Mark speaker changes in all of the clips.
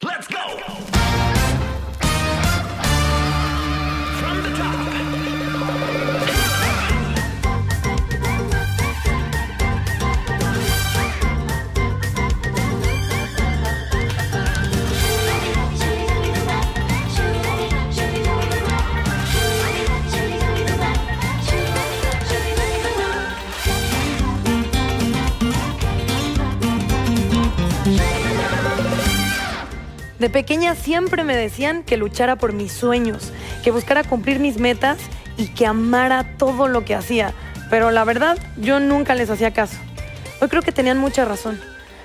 Speaker 1: Let's go! From the top.
Speaker 2: De pequeña siempre me decían que luchara por mis sueños, que buscara cumplir mis metas y que amara todo lo que hacía. Pero la verdad, yo nunca les hacía caso. Hoy creo que tenían mucha razón.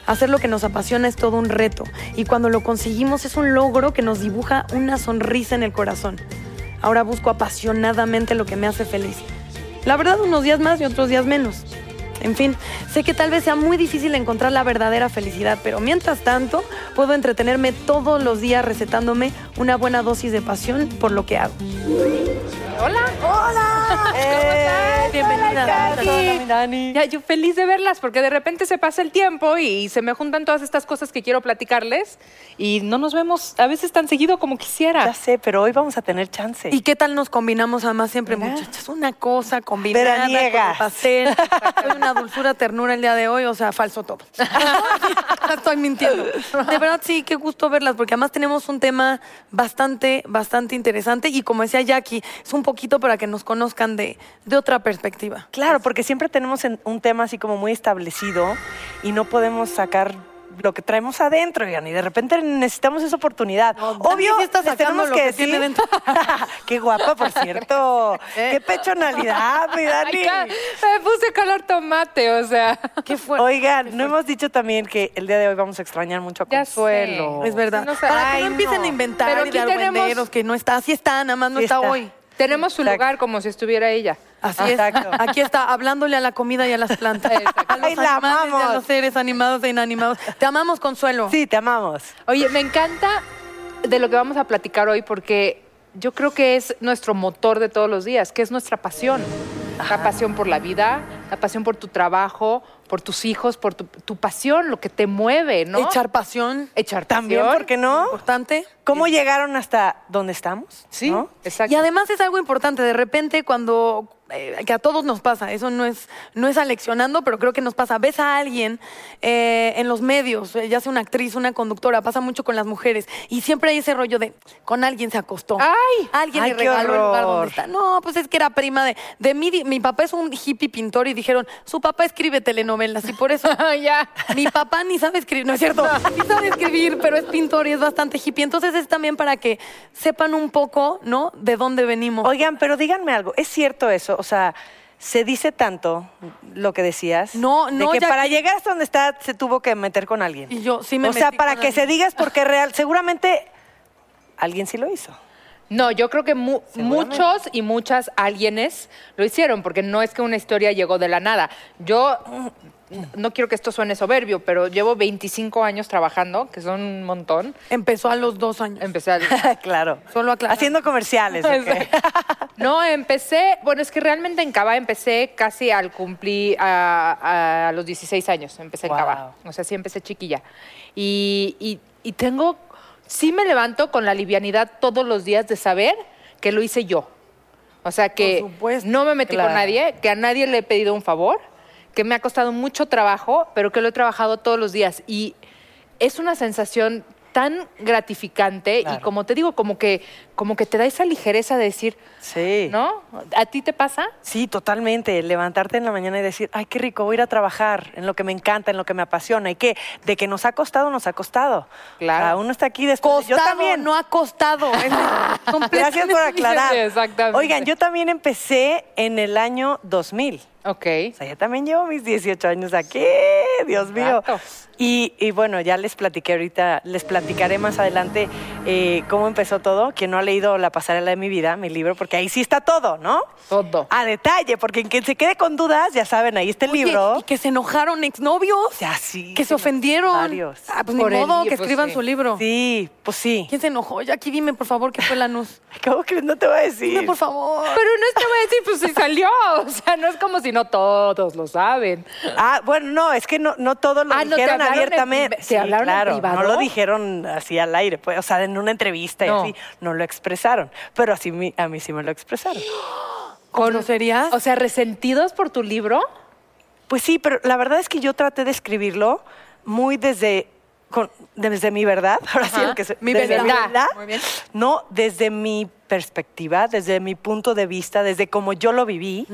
Speaker 2: Hacer lo que nos apasiona es todo un reto y cuando lo conseguimos es un logro que nos dibuja una sonrisa en el corazón. Ahora busco apasionadamente lo que me hace feliz. La verdad, unos días más y otros días menos. En fin, sé que tal vez sea muy difícil encontrar la verdadera felicidad, pero mientras tanto puedo entretenerme todos los días recetándome una buena dosis de pasión por lo que hago. Bienvenida.
Speaker 3: Ya, yo feliz de verlas porque de repente se pasa el tiempo y se me juntan todas estas cosas que quiero platicarles y no nos vemos a veces tan seguido como quisiera.
Speaker 4: Ya sé, pero hoy vamos a tener chance.
Speaker 2: ¿Y qué tal nos combinamos además siempre,
Speaker 3: ¿Verdad?
Speaker 2: muchachas? Una cosa combinada con
Speaker 4: Veraniegas.
Speaker 2: el pastel. Soy una dulzura, ternura el día de hoy, o sea, falso todo. Estoy mintiendo. De verdad, sí, qué gusto verlas, porque además tenemos un tema bastante, bastante interesante y como decía Jackie, es un poquito para que nos conozcan de, de otra perspectiva.
Speaker 4: Claro, porque siempre tenemos en- un tema así como muy establecido y no podemos sacar lo que traemos adentro, oigan, y de repente necesitamos esa oportunidad.
Speaker 2: No, Dani
Speaker 4: Obvio,
Speaker 2: sí está
Speaker 4: les
Speaker 2: sacando
Speaker 4: tenemos
Speaker 2: lo
Speaker 4: que
Speaker 2: que tiene
Speaker 4: decir-
Speaker 2: dentro. Eh.
Speaker 4: Qué guapa, por cierto. Qué pechonalidad, mi
Speaker 3: Ay,
Speaker 4: Dani.
Speaker 3: ca- me puse color tomate, o sea.
Speaker 2: Qué fuerte.
Speaker 4: Oigan, no hemos dicho también que el día de hoy vamos a extrañar mucho a
Speaker 3: Ya
Speaker 4: Consuelo.
Speaker 3: sé.
Speaker 2: Es verdad.
Speaker 3: Sí, no sé.
Speaker 2: Para que
Speaker 4: Ay,
Speaker 2: no empiecen
Speaker 4: no.
Speaker 2: a inventar
Speaker 3: Pero
Speaker 2: y
Speaker 3: aquí
Speaker 2: de
Speaker 3: tenemos-
Speaker 2: argüenderos que no está. Así está, nada más no
Speaker 4: Sí
Speaker 2: está,
Speaker 4: está.
Speaker 2: hoy.
Speaker 3: Tenemos su
Speaker 4: Exacto.
Speaker 3: lugar como si estuviera ella.
Speaker 2: Así
Speaker 4: Exacto.
Speaker 2: es. Aquí está, hablándole a la comida y a las plantas.
Speaker 3: Exacto.
Speaker 2: A los
Speaker 4: Ay, la
Speaker 2: animales y a
Speaker 4: amamos.
Speaker 2: los seres animados e inanimados. Te amamos, Consuelo.
Speaker 4: Sí, te amamos.
Speaker 3: Oye, me encanta de lo que vamos a platicar hoy porque yo creo que es nuestro motor de todos los días, que es nuestra pasión. La pasión por la vida, la pasión por tu trabajo, por tus hijos, por tu, tu pasión, lo que te mueve, ¿no?
Speaker 2: Echar pasión.
Speaker 3: Echar
Speaker 4: También,
Speaker 3: pasión.
Speaker 4: ¿por qué no?
Speaker 2: Importante.
Speaker 4: ¿Cómo llegaron hasta donde estamos?
Speaker 3: Sí,
Speaker 4: ¿No?
Speaker 3: exacto.
Speaker 2: Y además es algo importante, de repente cuando, eh, que a todos nos pasa, eso no es, no es aleccionando, pero creo que nos pasa, ves a alguien eh, en los medios, eh, ya sea una actriz, una conductora, pasa mucho con las mujeres, y siempre hay ese rollo de, con alguien se acostó.
Speaker 3: ¡Ay!
Speaker 2: Alguien
Speaker 4: ¡Ay,
Speaker 2: le
Speaker 4: qué
Speaker 2: regaló el lugar donde
Speaker 4: horror!
Speaker 2: está. No, pues es que era prima de, de mí, di- mi papá es un hippie pintor y dijeron, su papá escribe telenovelas y por eso...
Speaker 3: ya.
Speaker 2: Mi papá ni sabe escribir, no es cierto, ni sabe escribir, pero es pintor y es bastante hippie. Entonces es también para que sepan un poco, ¿no? De dónde venimos.
Speaker 4: Oigan, pero díganme algo, ¿es cierto eso? O sea, se dice tanto lo que decías.
Speaker 2: No, no,
Speaker 4: De que
Speaker 2: ya
Speaker 4: para
Speaker 2: que-
Speaker 4: llegar hasta donde está se tuvo que meter con alguien.
Speaker 2: Y yo sí me
Speaker 4: O sea,
Speaker 2: metí
Speaker 4: para
Speaker 2: con
Speaker 4: que se
Speaker 2: alguien.
Speaker 4: diga es porque real, seguramente alguien sí lo hizo.
Speaker 3: No, yo creo que mu-
Speaker 4: Seguramente.
Speaker 3: muchos y muchas alguienes lo hicieron, porque no es que una historia llegó de la nada. Yo no quiero que esto suene soberbio, pero llevo 25 años trabajando, que son un montón.
Speaker 2: Empezó a los dos años.
Speaker 3: Empecé al-
Speaker 4: claro.
Speaker 2: Solo aclarar.
Speaker 4: Haciendo comerciales. ¿ok?
Speaker 3: No, empecé, bueno, es que realmente en Cava empecé casi al cumplir a, a los 16 años, empecé en Cava. O sea, sí empecé chiquilla. Y, y- y tengo, sí me levanto con la livianidad todos los días de saber que lo hice yo. O sea, que
Speaker 2: Por supuesto.
Speaker 3: no me metí
Speaker 4: Claro.
Speaker 3: con nadie, que a nadie le he pedido un favor, que me ha costado mucho trabajo, pero que lo he trabajado todos los días. Y es una sensación tan gratificante y
Speaker 4: Claro.
Speaker 3: como te digo, como que, como que te da esa ligereza de decir,
Speaker 4: Sí.
Speaker 3: ¿no? ¿A ti te pasa?
Speaker 4: Sí, totalmente. Levantarte en la mañana y decir, ay, qué rico, voy a ir a trabajar en lo que me encanta, en lo que me apasiona. Y que de que nos ha costado, nos ha costado.
Speaker 3: Claro.
Speaker 4: O sea, uno está aquí después.
Speaker 2: Costado,
Speaker 4: yo también.
Speaker 2: no ha costado. Es
Speaker 4: Gracias por aclarar.
Speaker 3: Exactamente.
Speaker 4: Oigan, yo también empecé en el año 2000.
Speaker 3: Ok.
Speaker 4: O sea, yo también llevo mis 18 años aquí, Dios mío.
Speaker 3: rato.
Speaker 4: Y, y bueno, ya les platiqué ahorita, les platicaré más adelante eh, cómo empezó todo. Quien no ha leído La pasarela de mi vida, mi libro, porque ahí sí está todo, ¿no?
Speaker 3: Todo.
Speaker 4: A detalle, porque quien se quede con dudas, ya saben, ahí está el
Speaker 2: Oye,
Speaker 4: libro.
Speaker 2: Y que se enojaron exnovios.
Speaker 4: Ya, sí,
Speaker 2: Que se
Speaker 4: tengo
Speaker 2: ofendieron.
Speaker 4: varios.
Speaker 2: Ah, pues ni
Speaker 3: Por el
Speaker 2: modo,
Speaker 3: libro,
Speaker 2: que escriban
Speaker 3: sí.
Speaker 2: su libro.
Speaker 4: Sí, pues sí.
Speaker 2: ¿Quién se enojó? Ya aquí dime, por favor, qué fue Lanús.
Speaker 4: ¿Cómo que no te voy a
Speaker 2: Dime,
Speaker 4: decir?
Speaker 2: por favor.
Speaker 3: Pero no es que voy a decir, pues sí salió. O sea, no es como si no todos lo saben.
Speaker 4: Ah, bueno, no, es que no, no todos lo
Speaker 3: Ah, ¿no te
Speaker 4: dijeron
Speaker 3: hablaron en
Speaker 4: abiertamente.
Speaker 3: priva- te hablaron en
Speaker 4: claro,
Speaker 3: privado?
Speaker 4: No lo dijeron así al aire, pues, o sea, en una entrevista
Speaker 3: No.
Speaker 4: y así. No lo expresaron, pero así mi- a mí sí me lo expresaron.
Speaker 2: ¿Con
Speaker 4: Ah.
Speaker 2: groserías?
Speaker 3: O sea, resentidos por tu libro.
Speaker 4: Pues sí, pero la verdad es que yo traté de escribirlo muy desde, con- desde mi verdad, ahora sí,
Speaker 3: Ajá.
Speaker 4: lo que soy-
Speaker 3: Mi
Speaker 4: desde
Speaker 3: verdad.
Speaker 2: Muy bien.
Speaker 4: No, desde mi perspectiva, desde mi punto de vista, desde como yo lo viví.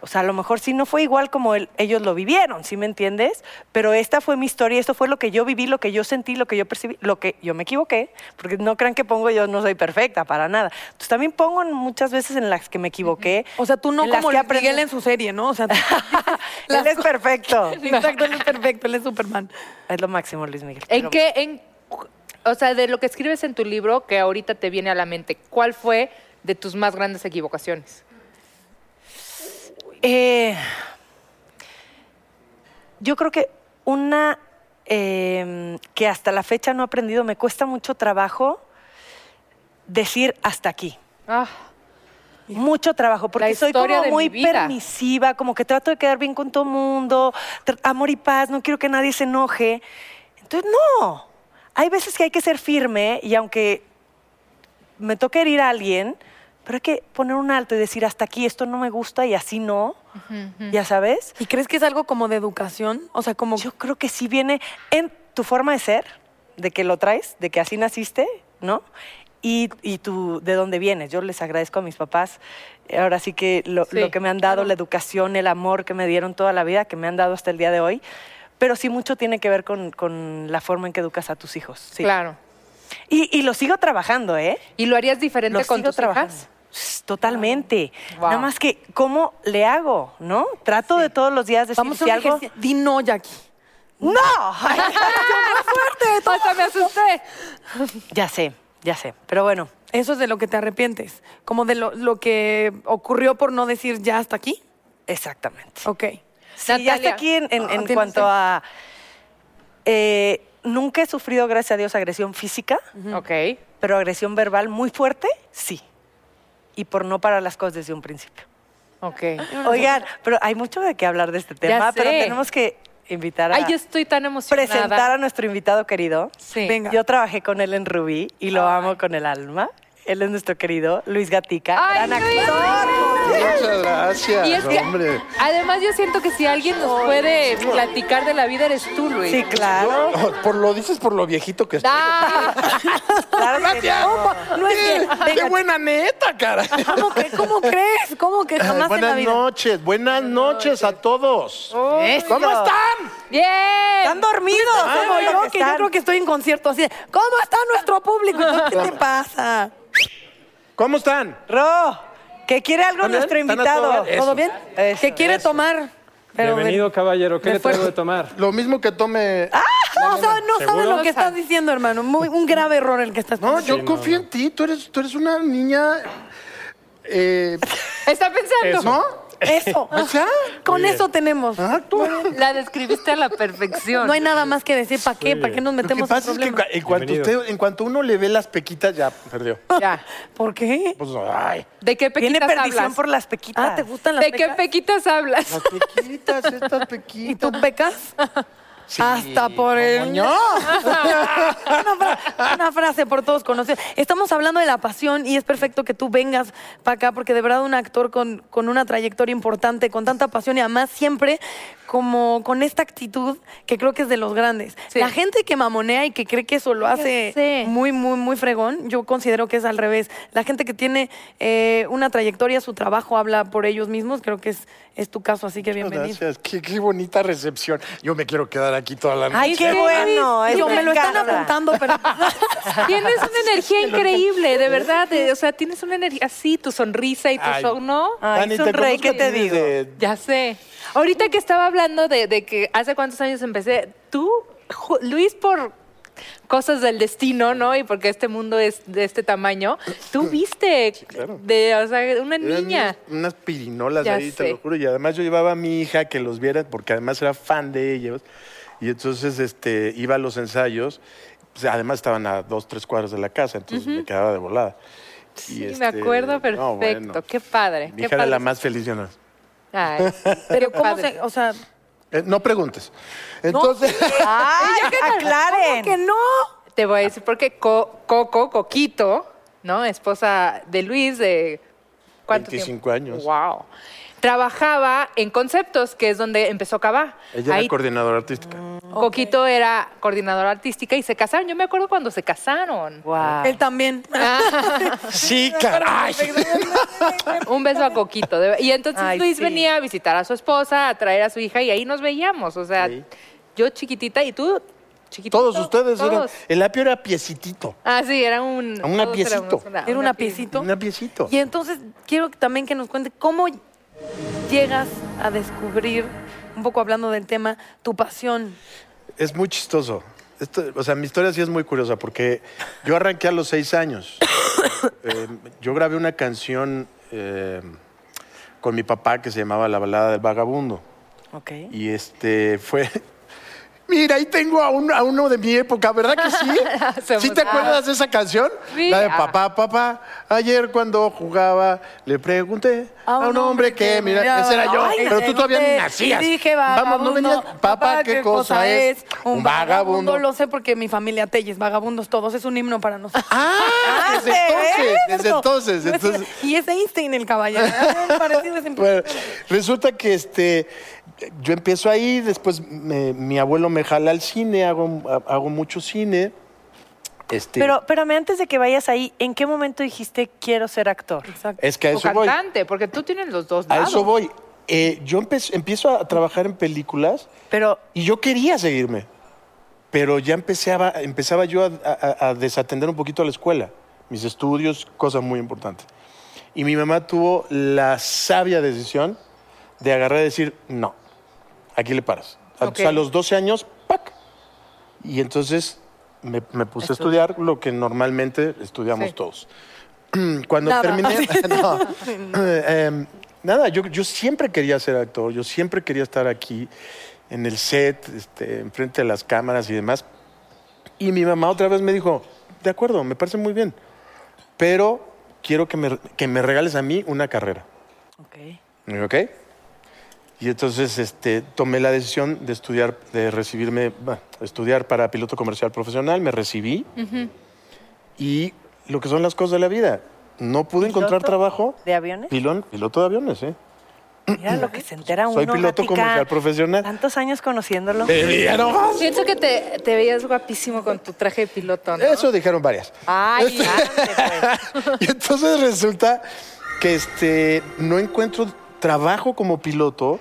Speaker 4: O sea, a lo mejor sí no fue igual como el- ellos lo vivieron, ¿sí me entiendes? Pero esta fue mi historia, esto fue lo que yo viví, lo que yo sentí, lo que yo percibí, lo que yo me equivoqué, porque no crean que pongo yo no soy perfecta para nada. Entonces también pongo en muchas veces en las que me equivoqué.
Speaker 2: O sea, tú no
Speaker 4: en las
Speaker 2: como
Speaker 4: que
Speaker 2: Luis
Speaker 4: aprendí.
Speaker 2: Miguel en su serie, ¿no? O sea, tú-
Speaker 4: Él es perfecto.
Speaker 2: Exacto, él es perfecto, él es Superman.
Speaker 4: Es lo máximo, Luis Miguel.
Speaker 3: ¿En
Speaker 4: pero-
Speaker 3: qué? En, o sea, de lo que escribes en tu libro que ahorita te viene a la mente, ¿cuál fue de tus más grandes equivocaciones?
Speaker 4: Eh, yo creo que una eh, que hasta la fecha no he aprendido, me cuesta mucho trabajo decir hasta aquí.
Speaker 3: Ah,
Speaker 4: Mucho trabajo, porque soy
Speaker 3: historia
Speaker 4: como
Speaker 3: de
Speaker 4: muy
Speaker 3: mi vida.
Speaker 4: permisiva, como que trato de quedar bien con todo mundo, tra- amor y paz, no quiero que nadie se enoje. Entonces, no. Hay veces que hay que ser firme y aunque me toque herir a alguien, pero hay que poner un alto y decir hasta aquí, esto no me gusta y así no. Ya sabes.
Speaker 2: ¿Y crees que es algo como de educación? O sea, como...
Speaker 4: Yo creo que sí viene en tu forma de ser, de que lo traes, de que así naciste, ¿no? Y, y tú, de dónde vienes. Yo les agradezco a mis papás. eh, Ahora sí que lo,
Speaker 3: Sí,
Speaker 4: lo que me han dado, la educación, el amor que me dieron toda la vida, que me han dado hasta el día de hoy. Pero sí mucho tiene que ver con, con la forma en que educas a tus hijos. sí.
Speaker 3: claro.
Speaker 4: Y, y lo sigo trabajando, ¿eh?
Speaker 3: ¿Y lo harías diferente
Speaker 4: Lo
Speaker 3: con
Speaker 4: sigo
Speaker 3: tus
Speaker 4: trabajando.
Speaker 3: hijas?
Speaker 4: S- Totalmente.
Speaker 3: Wow.
Speaker 4: Nada más que, ¿cómo le hago? ¿No? Trato de todos los días decir
Speaker 2: Vamos a un
Speaker 4: si algo.
Speaker 2: ejercicio. Di no, Jackie.
Speaker 4: ¡No!
Speaker 3: ¡Fuerte! ¡Hasta me asusté!
Speaker 4: Ya sé, ya sé. Pero bueno,
Speaker 2: Eso es de lo que te arrepientes. Como de lo, lo que ocurrió por no decir ya hasta aquí.
Speaker 4: exactamente.
Speaker 2: Ok.
Speaker 4: Sí, ya
Speaker 3: Natalia.
Speaker 4: está aquí en, en-
Speaker 2: Ah,
Speaker 4: en
Speaker 2: tienes
Speaker 4: cuanto
Speaker 2: el-
Speaker 4: a. eh, nunca he sufrido, gracias a Dios, agresión física,
Speaker 3: Ok.
Speaker 4: pero agresión verbal muy fuerte, sí. Y por no parar las cosas desde un principio.
Speaker 3: Ok.
Speaker 4: Oigan, pero hay mucho de qué hablar de este tema, pero
Speaker 3: Ah, sé.
Speaker 4: tenemos que invitar a
Speaker 3: Ay, yo estoy tan emocionada.
Speaker 4: presentar a nuestro invitado querido.
Speaker 3: Sí.
Speaker 2: Venga.
Speaker 4: Yo trabajé con él en Rubí y lo amo con el alma. Él es nuestro querido Luis Gatica,
Speaker 3: Ay,
Speaker 4: gran
Speaker 3: Luis.
Speaker 4: actor.
Speaker 5: Muchas gracias,
Speaker 3: Y es que,
Speaker 5: hombre.
Speaker 3: además, yo siento que si alguien nos puede platicar de la vida, eres tú, Luis.
Speaker 4: Sí, claro.
Speaker 5: No, Oh, por lo dices por lo viejito que estoy.
Speaker 3: Ah,
Speaker 4: claro que
Speaker 5: Gracias.
Speaker 4: no.
Speaker 2: No es que-
Speaker 5: Qué-
Speaker 2: venga.
Speaker 5: Qué buena neta, cara.
Speaker 2: ¿Cómo, que, ¿Cómo crees? ¿Cómo que jamás en la
Speaker 5: buenas
Speaker 2: vida?
Speaker 5: noches, buenas noches a todos.
Speaker 4: Eso.
Speaker 5: ¿Cómo están?
Speaker 3: Oh, ¡Bien!
Speaker 4: Están dormidos.
Speaker 2: Como
Speaker 4: ¿eh?
Speaker 2: yo, que yo
Speaker 4: Están.
Speaker 2: creo que estoy en concierto así. de, ¿Cómo está nuestro público? Y yo, ¿Qué te pasa?
Speaker 5: ¿Cómo están?
Speaker 4: Ro, que quiere algo
Speaker 5: ¿Están bien?
Speaker 4: nuestro
Speaker 5: ¿Están a
Speaker 4: invitado.
Speaker 5: todo dar?
Speaker 2: ¿Todo bien?
Speaker 4: Eso,
Speaker 2: ¿Qué quiere
Speaker 4: eso.
Speaker 2: tomar? Pero
Speaker 6: Bienvenido, caballero. ¿Qué
Speaker 2: de
Speaker 6: le traigo
Speaker 2: fuerza.
Speaker 6: de tomar?
Speaker 5: Lo mismo que tome.
Speaker 2: No, sabe- no sabes
Speaker 6: ¿Seguro?
Speaker 2: lo que estás diciendo, hermano. Muy, un grave error el que estás
Speaker 5: No,
Speaker 2: cometiendo.
Speaker 5: yo confío en ti. Tú eres, tú eres una niña. eh,
Speaker 3: Está pensando.
Speaker 5: ¿No?
Speaker 2: Eso.
Speaker 5: O sea,
Speaker 2: Con eso tenemos.
Speaker 5: ah, tú-
Speaker 3: La describiste a la perfección.
Speaker 2: No hay nada más que decir. ¿Para qué?
Speaker 6: Muy
Speaker 2: ¿Para qué
Speaker 6: bien.
Speaker 2: nos
Speaker 5: Lo que
Speaker 2: metemos en
Speaker 5: pasa es que en
Speaker 2: problemas?
Speaker 5: cua- en cuanto,
Speaker 6: Bienvenido.
Speaker 5: usted- en cuanto uno le ve las pequitas, ya perdió.
Speaker 3: Ya.
Speaker 2: ¿Por qué?
Speaker 5: Pues, ay.
Speaker 3: ¿De qué
Speaker 4: Tiene
Speaker 3: pequitas
Speaker 4: perdición
Speaker 3: hablas?
Speaker 4: por las pequitas.
Speaker 2: Ah, ¿te gustan las
Speaker 3: ¿De qué
Speaker 2: pecas?
Speaker 3: pequitas hablas?
Speaker 5: Las pequitas, estas pequitas.
Speaker 2: ¿Y tú pecas? Hasta por el...
Speaker 5: Coño.
Speaker 2: una, fra- una frase por todos conocidos. Estamos hablando de la pasión y es perfecto que tú vengas para acá porque de verdad un actor con, con una trayectoria importante, con tanta pasión y además siempre como con esta actitud que creo que es de los grandes.
Speaker 3: Sí.
Speaker 2: La gente que mamonea y que cree que eso lo hace
Speaker 3: sé.
Speaker 2: muy, muy, muy fregón, yo considero que es al revés. La gente que tiene eh, una trayectoria, su trabajo habla por ellos mismos, creo que es, es tu caso, así que bienvenido.
Speaker 5: Gracias. Qué, qué bonita recepción. Yo me quiero quedar aquí toda la noche.
Speaker 4: Ay, qué
Speaker 3: que-
Speaker 4: bueno.
Speaker 2: Digo,
Speaker 4: eso
Speaker 2: me lo están
Speaker 4: encanta.
Speaker 2: apuntando, pero...
Speaker 3: Tienes una energía increíble, de verdad. de- o sea, tienes una energía así, tu sonrisa y tu
Speaker 5: Ay. Ah.
Speaker 3: show, ¿no?
Speaker 4: Ay,
Speaker 5: Dani,
Speaker 4: sonreí,
Speaker 5: conozco
Speaker 4: ¿qué te
Speaker 5: desde-
Speaker 3: Ya sé. Ahorita que estaba hablando de, de que hace cuántos años empecé, tú, Ju- Luis, por cosas del destino, ¿no? Y porque este mundo es de este tamaño, tú viste
Speaker 5: claro.
Speaker 3: de, o sea, una
Speaker 5: Eran
Speaker 3: niña.
Speaker 5: unas- Unas pirinolas
Speaker 3: Ya
Speaker 5: ahí, te
Speaker 3: sé.
Speaker 5: lo juro. Y además yo llevaba a mi hija que los viera, porque además era fan de ellos. Y entonces este, iba a los ensayos. Pues, además estaban a dos, tres cuadros de la casa, entonces me quedaba de volada. Y,
Speaker 3: Sí,
Speaker 5: este,
Speaker 3: me acuerdo
Speaker 5: no,
Speaker 3: perfecto.
Speaker 5: bueno.
Speaker 3: Qué padre.
Speaker 5: Mi
Speaker 3: qué
Speaker 5: hija era
Speaker 3: padre.
Speaker 5: la más feliz de honor.
Speaker 3: Ay, sí,
Speaker 2: Pero
Speaker 3: qué
Speaker 2: ¿cómo
Speaker 3: padre.
Speaker 2: se...? O sea...
Speaker 5: Eh, no preguntes. Entonces,
Speaker 4: Ay, aclaren.
Speaker 2: ¡Que no!
Speaker 3: Te voy a decir porque Co- Coco, Coquito, ¿no? Esposa de Luis de ¿cuánto
Speaker 5: 25
Speaker 3: tiempo?
Speaker 5: años.
Speaker 3: Wow. Trabajaba en Conceptos, que es donde empezó Cabá.
Speaker 5: ella
Speaker 3: Ahí
Speaker 5: era coordinadora artística.
Speaker 3: Coquito era coordinadora artística y se casaron. Yo me acuerdo cuando se casaron.
Speaker 4: Guau.
Speaker 2: Él también.
Speaker 5: Sí, caray.
Speaker 3: Ah, Un beso a Coquito. de- Y entonces
Speaker 4: Ay,
Speaker 3: Luis
Speaker 4: sí.
Speaker 3: venía a visitar a su esposa, a traer a su hija y ahí nos veíamos. O sea,
Speaker 5: Sí.
Speaker 3: yo chiquitita y tú chiquitito.
Speaker 5: Todos ustedes eran.
Speaker 3: todos.
Speaker 5: El apio era piecitito.
Speaker 3: Ah, sí, era un...
Speaker 5: Una
Speaker 3: todos éramos
Speaker 5: piecito.
Speaker 2: Era una
Speaker 3: piecita.
Speaker 2: piecito.
Speaker 5: Un piecito.
Speaker 2: Y entonces quiero también que nos cuente cómo llegas a descubrir, un poco hablando del tema, tu pasión.
Speaker 5: Es muy chistoso. Esto- o sea, mi historia sí es muy curiosa porque yo arranqué a los seis años. Eh, yo grabé una canción eh, con mi papá que se llamaba La balada del vagabundo.
Speaker 4: Ok.
Speaker 5: Y este fue. Mira, ahí tengo a, un- a uno de mi época, ¿verdad que sí?
Speaker 3: Somos-
Speaker 5: ¿Sí te acuerdas de esa canción? La de
Speaker 3: Mira.
Speaker 5: papá, papá. Ayer cuando jugaba, le pregunté a un, hombre que, mira, ese era yo,
Speaker 2: Ay,
Speaker 5: pero tú todavía ni
Speaker 2: pregunté,
Speaker 5: nacías.
Speaker 2: Y dije,
Speaker 5: Vamos, no venías.
Speaker 2: vagabundo,
Speaker 5: Papá, ¿qué cosa es? Un vagabundo.
Speaker 2: Lo sé porque mi familia Telles, vagabundos todos, es un himno para nosotros.
Speaker 5: Ah, desde entonces, desde entonces, entonces.
Speaker 2: Y es Einstein el caballero. Ah, parecido, es
Speaker 5: Bueno, resulta que este, yo empiezo ahí, después me- mi abuelo me jala al cine, hago, hago mucho cine. Este,
Speaker 4: Pero, espérame, antes de que vayas ahí, ¿en qué momento dijiste quiero ser actor?
Speaker 2: Exacto.
Speaker 5: es que a
Speaker 3: O
Speaker 5: eso voy.
Speaker 3: cantante, porque tú tienes los dos
Speaker 5: A
Speaker 3: lados.
Speaker 5: eso voy. Eh, yo empe- empiezo a trabajar en películas
Speaker 4: Pero,
Speaker 5: y yo quería seguirme, pero ya empezaba, empezaba yo a, a- a desatender un poquito a la escuela, mis estudios, cosa muy importante. Y mi mamá tuvo la sabia decisión de agarrar y decir, no, aquí le paras. A,
Speaker 3: Ok.
Speaker 5: a los 12 años, ¡pac! Y entonces me, me puse a estudiar lo que normalmente estudiamos todos. Cuando
Speaker 2: Nada.
Speaker 5: terminé... no, em, nada, yo, yo siempre quería ser actor, yo siempre quería estar aquí en el set, este, enfrente de las cámaras y demás. Y mi mamá otra vez me dijo, de acuerdo, me parece muy bien, pero quiero que me, que me regales a mí una carrera.
Speaker 4: ok.
Speaker 5: Y yo, ¿ok? Y entonces este, tomé la decisión de estudiar, de recibirme, bueno, estudiar para piloto comercial profesional, me recibí. Y lo que son las cosas de la vida, no pude encontrar
Speaker 4: ¿Piloto
Speaker 5: trabajo.
Speaker 4: de aviones?
Speaker 5: Pilón, piloto de aviones, ¿eh?
Speaker 4: Mira lo que se entera uno.
Speaker 5: Soy piloto
Speaker 4: Gatica.
Speaker 5: comercial profesional.
Speaker 4: Tantos años conociéndolo.
Speaker 5: ¿Te vieron?
Speaker 3: Siento que te, te veías guapísimo con tu traje de piloto, ¿no?
Speaker 5: Eso dijeron varias.
Speaker 4: Ah.
Speaker 3: Ay,
Speaker 5: Este-
Speaker 3: ande,
Speaker 5: y entonces resulta que este, no encuentro trabajo como piloto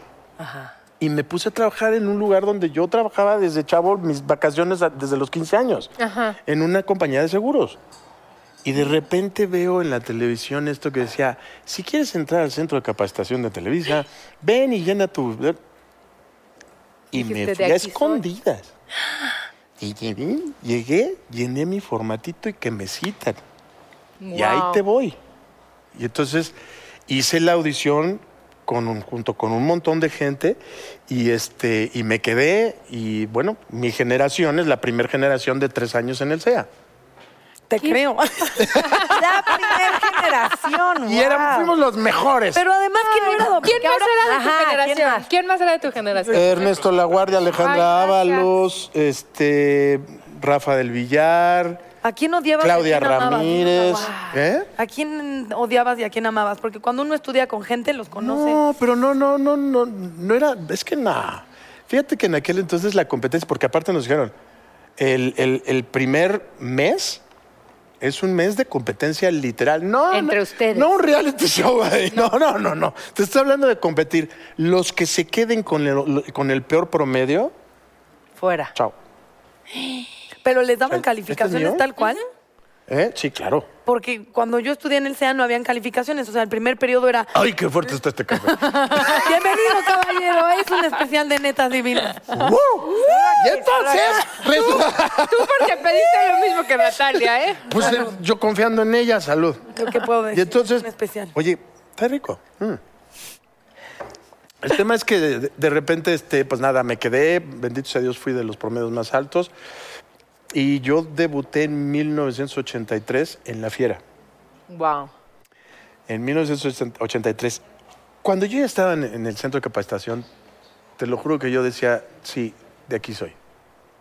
Speaker 5: y me puse a trabajar en un lugar donde yo trabajaba desde chavo mis vacaciones a- desde los 15 años, en una compañía de seguros. Y de repente veo en la televisión esto que decía, si quieres entrar al centro de capacitación de Televisa, ven y llena tu... Y me
Speaker 3: Dijiste,
Speaker 5: fui
Speaker 3: "De
Speaker 5: a
Speaker 3: aquí soy".
Speaker 5: escondidas. Y llegué, llegué, llené mi formatito y que me citan.
Speaker 3: pues.
Speaker 5: Y ahí
Speaker 3: Wow.
Speaker 5: te voy. Y entonces hice la audición con un- junto con un montón de gente y, este, y me E quedé. Y bueno, mi generación es la primera generación de tres años en el SEA.
Speaker 2: Te creo.
Speaker 4: La primera generación.
Speaker 5: Y éramos,
Speaker 4: wow.
Speaker 5: fuimos los mejores.
Speaker 2: Pero además que no era
Speaker 3: ¿Quién más era de tu
Speaker 4: Ajá, ¿quién
Speaker 3: generación? ¿Quién más?
Speaker 4: más?
Speaker 3: era de tu generación?
Speaker 5: Ernesto Laguardia, Alejandra
Speaker 3: Ay, gracias.
Speaker 5: Ábalos, este, Rafa del Villar,
Speaker 2: ¿A quién odiabas? y a
Speaker 5: Claudia
Speaker 2: quién amabas?
Speaker 5: Ramírez.
Speaker 2: Wow.
Speaker 5: ¿Eh?
Speaker 2: ¿A quién odiabas y a quién amabas? Porque cuando uno estudia con gente, los conoce.
Speaker 5: No, pero no, no, no, no, no era, es que nada. Fíjate que en aquel entonces la competencia, porque aparte nos dijeron, el, el- el primer mes es un mes de competencia literal. No,
Speaker 3: Entre
Speaker 5: no,
Speaker 3: ustedes.
Speaker 5: No un reality show. ahí. No, no, no, no. Te estoy hablando de competir. Los que se queden con el, con el peor promedio,
Speaker 4: Fuera.
Speaker 5: chao.
Speaker 2: Pero les daban
Speaker 5: ¿Este es
Speaker 2: calificaciones
Speaker 5: mío?
Speaker 2: tal cual.
Speaker 5: ¿Eh? Sí, claro.
Speaker 2: Porque cuando yo estudié en el CEA no habían calificaciones. O sea, el primer periodo era
Speaker 5: Ay, qué fuerte está este café.
Speaker 2: Bienvenido, caballero. Es un especial de netas divinas.
Speaker 5: ¡Wow! Y entonces, resulta-
Speaker 3: Tú porque pediste lo mismo que Natalia, ¿eh?
Speaker 5: pues eh, yo confiando en ella, salud.
Speaker 2: Lo que puedo decir.
Speaker 5: Y entonces,
Speaker 2: Un especial.
Speaker 5: oye, está rico. Mm. El tema es que de, de repente, este, pues nada, me quedé, bendito sea Dios, fui de los promedios más altos. Y yo debuté en 1983 en La Fiera,
Speaker 3: Wow.
Speaker 5: en 1983. Cuando yo ya estaba en, en el centro de capacitación, te lo juro que yo decía, sí, de aquí soy.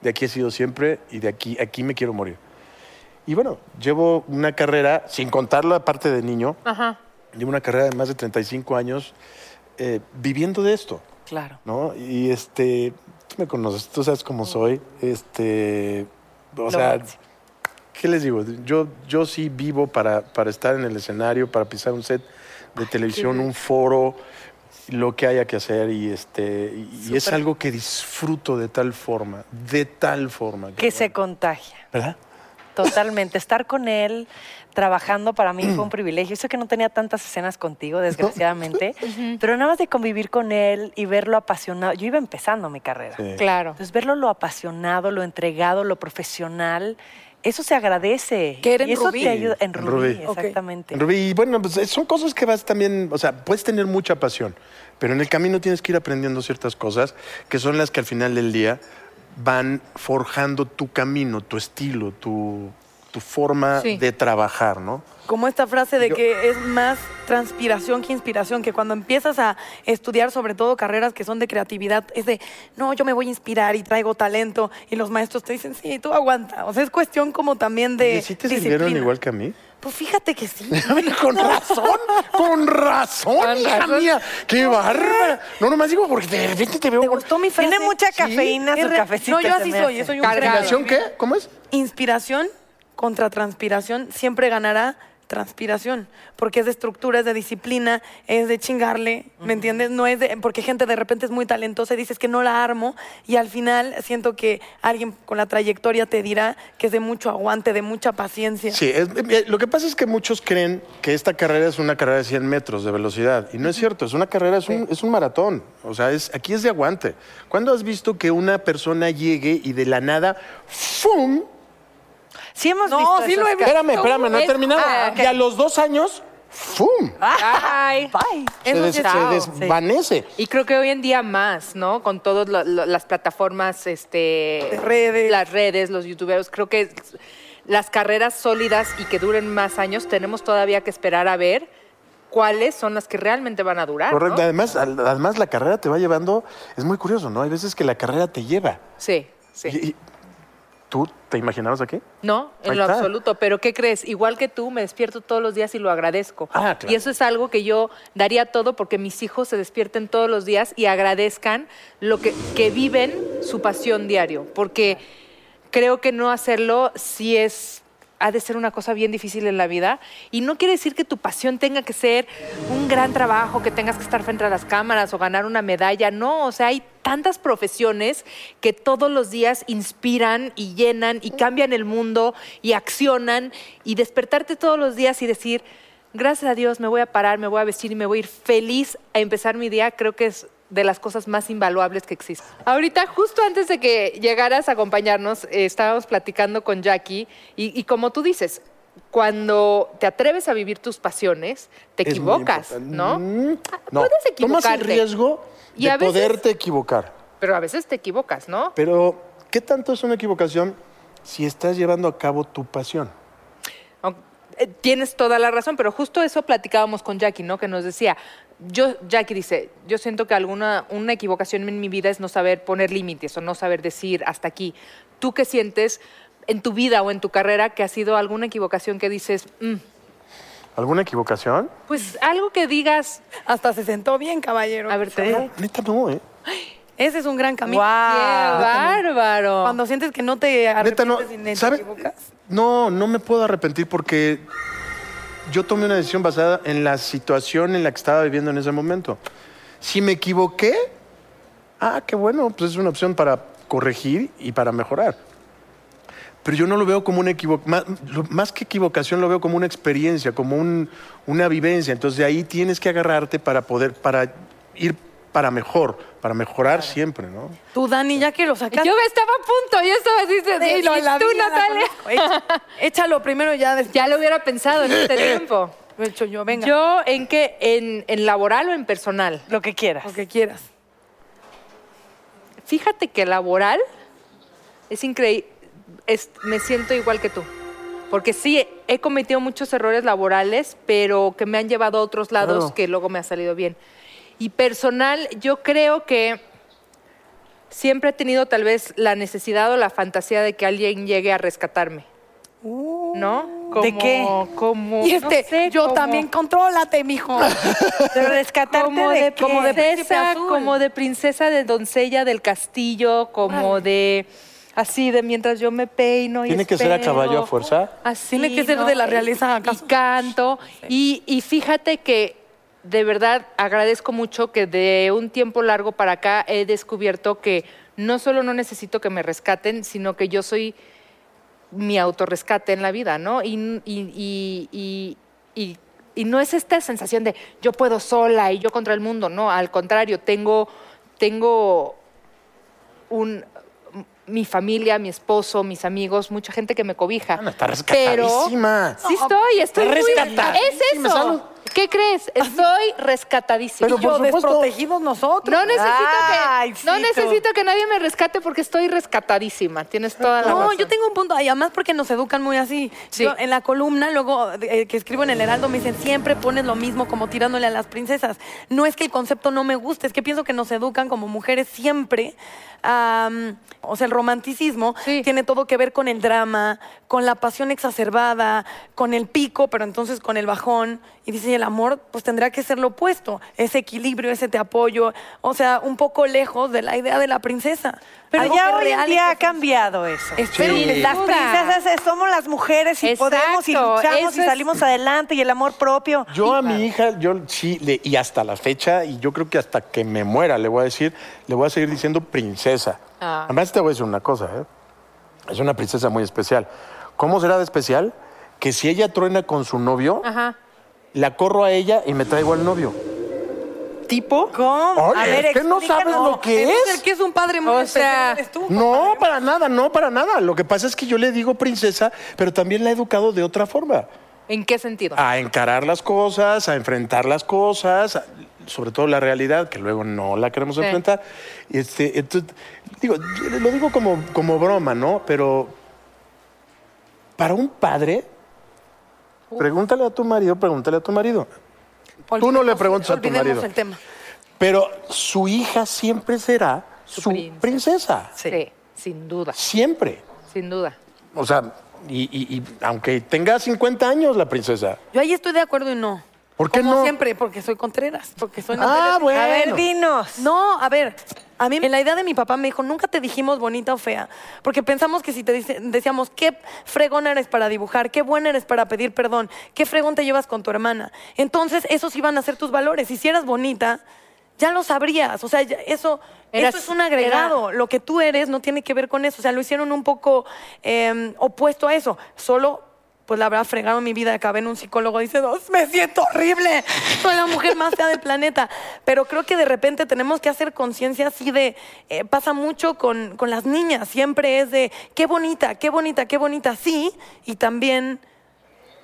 Speaker 5: De aquí he sido siempre y de aquí, aquí me quiero morir. Y bueno, llevo una carrera, sin contar la parte de niño,
Speaker 3: Ajá.
Speaker 5: Llevo una carrera de más de 35 años eh, viviendo de esto,
Speaker 4: Claro.
Speaker 5: ¿no? Y este, tú me conoces, tú sabes cómo soy. Este, o sea, ¿qué les digo? Yo, yo sí vivo para, para estar en el escenario, para pisar un set de televisión, un foro, lo que haya que hacer. Y, este, y, y es algo que disfruto de tal forma, de tal forma.
Speaker 4: Que se contagia.
Speaker 5: ¿Verdad?
Speaker 4: Totalmente. Estar con él trabajando para mí fue un privilegio. Eso que no tenía tantas escenas contigo, desgraciadamente, pero nada más de convivir con él y verlo apasionado. Yo iba empezando mi carrera.
Speaker 5: Sí.
Speaker 3: Claro.
Speaker 4: Entonces, verlo lo apasionado, lo entregado, lo profesional, eso se agradece.
Speaker 2: Que era en
Speaker 4: y eso
Speaker 2: Rubí.
Speaker 4: te ayuda. En
Speaker 5: En
Speaker 4: Rubí,
Speaker 5: Rubí.
Speaker 2: Ok.
Speaker 4: exactamente.
Speaker 5: Rubí, y bueno, pues son cosas que vas también, o sea, puedes tener mucha pasión, pero en el camino tienes que ir aprendiendo ciertas cosas que son las que al final del día van forjando tu camino, tu estilo, tu, tu forma
Speaker 3: Sí.
Speaker 5: de trabajar, ¿no?
Speaker 2: Como esta frase de
Speaker 5: Yo-
Speaker 2: que es más transpiración que inspiración, que cuando empiezas a estudiar sobre todo carreras que son de creatividad, es de, no, yo me voy a inspirar y traigo talento, y los maestros te dicen, sí, tú aguanta. O sea, es cuestión como también de...
Speaker 5: ¿Y si te
Speaker 2: disciplina.
Speaker 5: sirvieron igual que a mí?
Speaker 2: Pues fíjate que sí.
Speaker 5: con razón, con razón, hija mía. ¡Qué bárbara! No, nomás digo porque de repente te veo
Speaker 2: ¿Te
Speaker 5: con...
Speaker 2: gustó mi frase?
Speaker 4: Tiene mucha cafeína
Speaker 2: Es
Speaker 4: su
Speaker 2: re-
Speaker 4: cafecito.
Speaker 2: No, yo
Speaker 4: se
Speaker 2: así
Speaker 4: me
Speaker 2: soy,
Speaker 4: hace.
Speaker 2: yo soy un
Speaker 3: Cargado.
Speaker 2: fregado.
Speaker 5: ¿Inspiración qué? ¿Cómo es?
Speaker 2: Inspiración contra transpiración siempre ganará transpiración, porque es de estructura, es de disciplina, es de chingarle, ¿me entiendes? No es de, porque gente de repente es muy talentosa y dices que no la armo y al final siento que alguien con la trayectoria te dirá que es de mucho aguante, de mucha paciencia.
Speaker 5: Sí, es- eh, lo que pasa es que muchos creen que esta carrera es una carrera de 100 metros de velocidad. Y no es cierto, es una carrera, es un, es un maratón. O sea, es, aquí es de aguante. ¿Cuándo has visto que una persona llegue y de la nada, ¡fum!
Speaker 4: Sí hemos
Speaker 2: No,
Speaker 4: visto
Speaker 2: sí
Speaker 4: esos
Speaker 2: lo he
Speaker 4: casos.
Speaker 5: Espérame, espérame, no he
Speaker 3: es-
Speaker 5: terminado.
Speaker 3: ah, ok. Ah,
Speaker 5: Y a los dos años, ¡fum!
Speaker 3: Ay.
Speaker 4: Bye.
Speaker 5: Se, des- se
Speaker 3: chao.
Speaker 5: desvanece.
Speaker 3: Y creo que hoy en día más, ¿no? Con todas la- la- las plataformas, este,
Speaker 2: De redes.
Speaker 3: las redes, los youtuberos, creo que las carreras sólidas y que duren más años tenemos todavía que esperar a ver cuáles son las que realmente van a durar. ¿no?
Speaker 5: Correcto. Además, al- además, la carrera te va llevando. Es muy curioso, ¿no? Hay veces que la carrera te lleva.
Speaker 3: Sí, sí.
Speaker 5: Y- y- ¿Tú te imaginabas aquí?
Speaker 3: No, en
Speaker 5: Ahí
Speaker 3: lo
Speaker 5: está.
Speaker 3: absoluto. Pero ¿qué crees? Igual que tú, me despierto todos los días y lo agradezco.
Speaker 5: Ah, claro.
Speaker 3: Y eso es algo que yo daría todo porque mis hijos se despierten todos los días y agradezcan lo que, que viven su pasión diario. Porque creo que no hacerlo si es ha de ser una cosa bien difícil en la vida y no quiere decir que tu pasión tenga que ser un gran trabajo, que tengas que estar frente a las cámaras o ganar una medalla, no, o sea, hay tantas profesiones que todos los días inspiran y llenan y cambian el mundo y accionan y despertarte todos los días y decir, gracias a Dios me voy a parar, me voy a vestir y me voy a ir feliz a empezar mi día, creo que es de las cosas más invaluables que existen. Ahorita, justo antes de que llegaras a acompañarnos, eh, estábamos platicando con Jackie y, y como tú dices, cuando te atreves a vivir tus pasiones, te
Speaker 5: Es muy
Speaker 3: equivocas,
Speaker 5: importante.
Speaker 3: ¿no?
Speaker 5: Mm, No.
Speaker 3: Puedes
Speaker 5: Tomas el
Speaker 3: equivocarte.
Speaker 5: riesgo
Speaker 3: Y
Speaker 5: de
Speaker 3: a veces-
Speaker 5: poderte equivocar.
Speaker 3: Pero a veces te equivocas, ¿no?
Speaker 5: Pero, ¿qué tanto es una equivocación si estás llevando a cabo tu pasión?
Speaker 3: Aunque- eh, Tienes toda la razón, pero justo eso platicábamos con Jackie, ¿no? Que nos decía, yo, Jackie dice, yo siento que alguna una equivocación en mi vida es no saber poner límites o no saber decir hasta aquí. ¿Tú qué sientes en tu vida o en tu carrera que ha sido alguna equivocación que dices, "Mm,
Speaker 5: ¿Alguna equivocación?
Speaker 3: pues algo que digas,
Speaker 2: Hasta se sentó bien, caballero.
Speaker 3: a ver,
Speaker 5: No,
Speaker 3: cabrón,
Speaker 5: neta no, ¿eh?
Speaker 2: Ese es un gran camino.
Speaker 3: qué bárbaro.
Speaker 2: Ah, Cuando sientes que no te
Speaker 5: Neta
Speaker 2: arrepientes
Speaker 5: no.
Speaker 2: y ni te
Speaker 5: ¿sabe?
Speaker 2: equivocas.
Speaker 5: No, no me puedo arrepentir porque yo tomé una decisión basada en la situación en la que estaba viviendo en ese momento. Si me equivoqué, ah, qué bueno, pues es una opción para corregir y para mejorar. Pero yo no lo veo como una equivocación, más que equivocación lo veo como una experiencia, como un- una vivencia. Entonces de ahí tienes que agarrarte para poder, para ir para mejor, para mejorar siempre, ¿no?
Speaker 2: Tú, Dani, ya que lo sacaste.
Speaker 3: Yo estaba a punto, yo estaba así,
Speaker 2: Sí,
Speaker 3: y
Speaker 2: no, la
Speaker 3: tú,
Speaker 2: vida la
Speaker 3: Natalia.
Speaker 2: conozco. Echa- Échalo primero ya después.
Speaker 3: Ya lo hubiera pensado en este tiempo.
Speaker 2: Lo he hecho yo, Pues, venga.
Speaker 3: ¿Yo en qué? ¿En, en laboral o en personal?
Speaker 4: Lo que quieras.
Speaker 2: Lo que quieras.
Speaker 3: Fíjate que laboral es increíble. me siento igual que tú. Porque sí, he cometido muchos errores laborales, pero que me han llevado a otros lados
Speaker 5: Claro.
Speaker 3: que luego me ha salido bien. Y personal, yo creo que siempre he tenido tal vez la necesidad o la fantasía de que alguien llegue a rescatarme. ¿No?
Speaker 4: ¿de qué?
Speaker 3: Como,
Speaker 2: Uh. Y
Speaker 3: no
Speaker 2: este,
Speaker 3: sé,
Speaker 2: yo
Speaker 3: como-
Speaker 2: también, contrólate, mijo.
Speaker 4: Pero rescatarte
Speaker 3: como
Speaker 4: de,
Speaker 3: de,
Speaker 4: qué?
Speaker 3: como de
Speaker 2: príncipe
Speaker 3: princesa,
Speaker 2: azul.
Speaker 3: como de princesa de doncella del castillo, como de así de mientras yo me peino y
Speaker 5: ¿Tiene que ser a
Speaker 3: espero.
Speaker 5: caballo a fuerza?
Speaker 3: Así,
Speaker 2: Tiene que ser de la
Speaker 3: Y-
Speaker 2: realeza,
Speaker 3: y
Speaker 2: ¿acaso?
Speaker 3: canto y, y fíjate que de verdad agradezco mucho que de un tiempo largo para acá he descubierto que no solo no necesito que me rescaten, sino que yo soy mi autorrescate en la vida, ¿no? Y, y- y- y- y- y no es esta sensación de yo puedo sola y yo contra el mundo, no, al contrario, tengo, tengo un mi familia, mi esposo, mis amigos, mucha gente que me cobija.
Speaker 5: Ana, Ah, está
Speaker 3: Pero
Speaker 5: rescatadísima.
Speaker 3: sí estoy, estoy muy-
Speaker 5: rescatadísima,
Speaker 3: Es eso. ¿Qué crees? Estoy rescatadísima.
Speaker 5: Pero
Speaker 2: Y yo,
Speaker 5: por supuesto.
Speaker 2: desprotegidos nosotros.
Speaker 3: No necesito,
Speaker 4: Ay,
Speaker 3: que, no
Speaker 4: Cito.
Speaker 3: necesito que nadie me rescate porque estoy rescatadísima. Tienes toda la
Speaker 2: No,
Speaker 3: razón.
Speaker 2: yo tengo un punto. Y además porque nos educan muy así.
Speaker 3: Sí.
Speaker 2: Yo en la columna, luego eh, que escribo en el Heraldo, me dicen, siempre pones lo mismo como tirándole a las princesas. No es que el concepto no me guste, es que pienso que nos educan como mujeres siempre. am, o sea, el romanticismo
Speaker 3: Sí.
Speaker 2: tiene todo que ver con el drama, con la pasión exacerbada, con el pico, pero entonces con el bajón. Y dice, y el amor pues tendrá que ser lo opuesto, ese equilibrio, ese te apoyo, o sea, un poco lejos de la idea de la princesa.
Speaker 4: Pero
Speaker 2: Algo que
Speaker 4: ya hoy en
Speaker 2: real y
Speaker 4: día
Speaker 2: que
Speaker 4: ha cambiado eso.
Speaker 2: Espero
Speaker 5: Sí.
Speaker 2: que
Speaker 4: Las
Speaker 3: Duda.
Speaker 4: princesas es- somos las mujeres y
Speaker 3: Exacto,
Speaker 4: podemos y luchamos y
Speaker 3: eso es-
Speaker 4: salimos adelante y el amor propio.
Speaker 5: Yo a mi hija, yo sí, le- y hasta la fecha, y yo creo que hasta que me muera le voy a decir, le voy a seguir diciendo princesa.
Speaker 3: Ah.
Speaker 5: Además te voy a decir una cosa, ¿eh? es una princesa muy especial. ¿Cómo será de especial? Que si ella truena con su novio,
Speaker 3: Ajá.
Speaker 5: la corro a ella y me traigo al novio.
Speaker 4: ¿Tipo? ¿Cómo?
Speaker 5: Oye, es que no
Speaker 4: explícanos.
Speaker 5: sabes lo que
Speaker 2: Entonces,
Speaker 5: es.
Speaker 2: el que es un padre muy
Speaker 3: O sea,
Speaker 2: especial eres tú.
Speaker 5: No, para nada, no, para nada. Lo que pasa es que yo le digo princesa, pero también la he educado de otra forma.
Speaker 3: ¿En qué sentido?
Speaker 4: ah,
Speaker 5: a encarar las cosas, a enfrentar las cosas, a- sobre todo la realidad, que luego no la queremos
Speaker 3: Sí.
Speaker 5: enfrentar. Y Este, entonces, digo, lo digo como, como broma, ¿no? Pero para un padre, pregúntale a tu marido, pregúntale a tu marido. Tú no le
Speaker 2: Olvidemos-
Speaker 5: preguntas a tu
Speaker 2: olvidemos
Speaker 5: marido.
Speaker 2: el tema.
Speaker 5: Pero su hija siempre será su,
Speaker 3: princesa.
Speaker 5: princesa.
Speaker 3: sí. sin duda,
Speaker 5: Siempre.
Speaker 3: sin duda.
Speaker 5: O sea, y, y- y aunque tenga 50 años la princesa.
Speaker 2: Yo ahí estoy de acuerdo y no.
Speaker 5: ¿Por qué
Speaker 2: Como
Speaker 5: no?
Speaker 2: siempre, porque soy contreras, porque soy
Speaker 5: Ah,
Speaker 2: Contreras.
Speaker 5: bueno.
Speaker 4: A ver, dinos.
Speaker 2: No, a ver, a mí en la idea de mi papá me dijo, nunca te dijimos bonita o fea, porque pensamos que si te dice- decíamos, qué fregón eres para dibujar, qué buena eres para pedir perdón, qué fregón te llevas con tu hermana, entonces esos iban a ser tus valores. Y si eras bonita, ya lo sabrías. O sea, ya- eso,
Speaker 3: Eras-
Speaker 2: eso es un agregado. Lo que tú eres no tiene que ver con eso. O sea, lo hicieron un poco eh, opuesto a eso. Solo... Pues la verdad, fregaron mi vida. Acabé en un psicólogo. Dice, dos, me siento horrible. Soy la mujer más fea del planeta. Pero creo que de repente tenemos que hacer conciencia así de... eh, pasa mucho con, con las niñas. Siempre es de, qué bonita, qué bonita, qué bonita. Sí. Y también,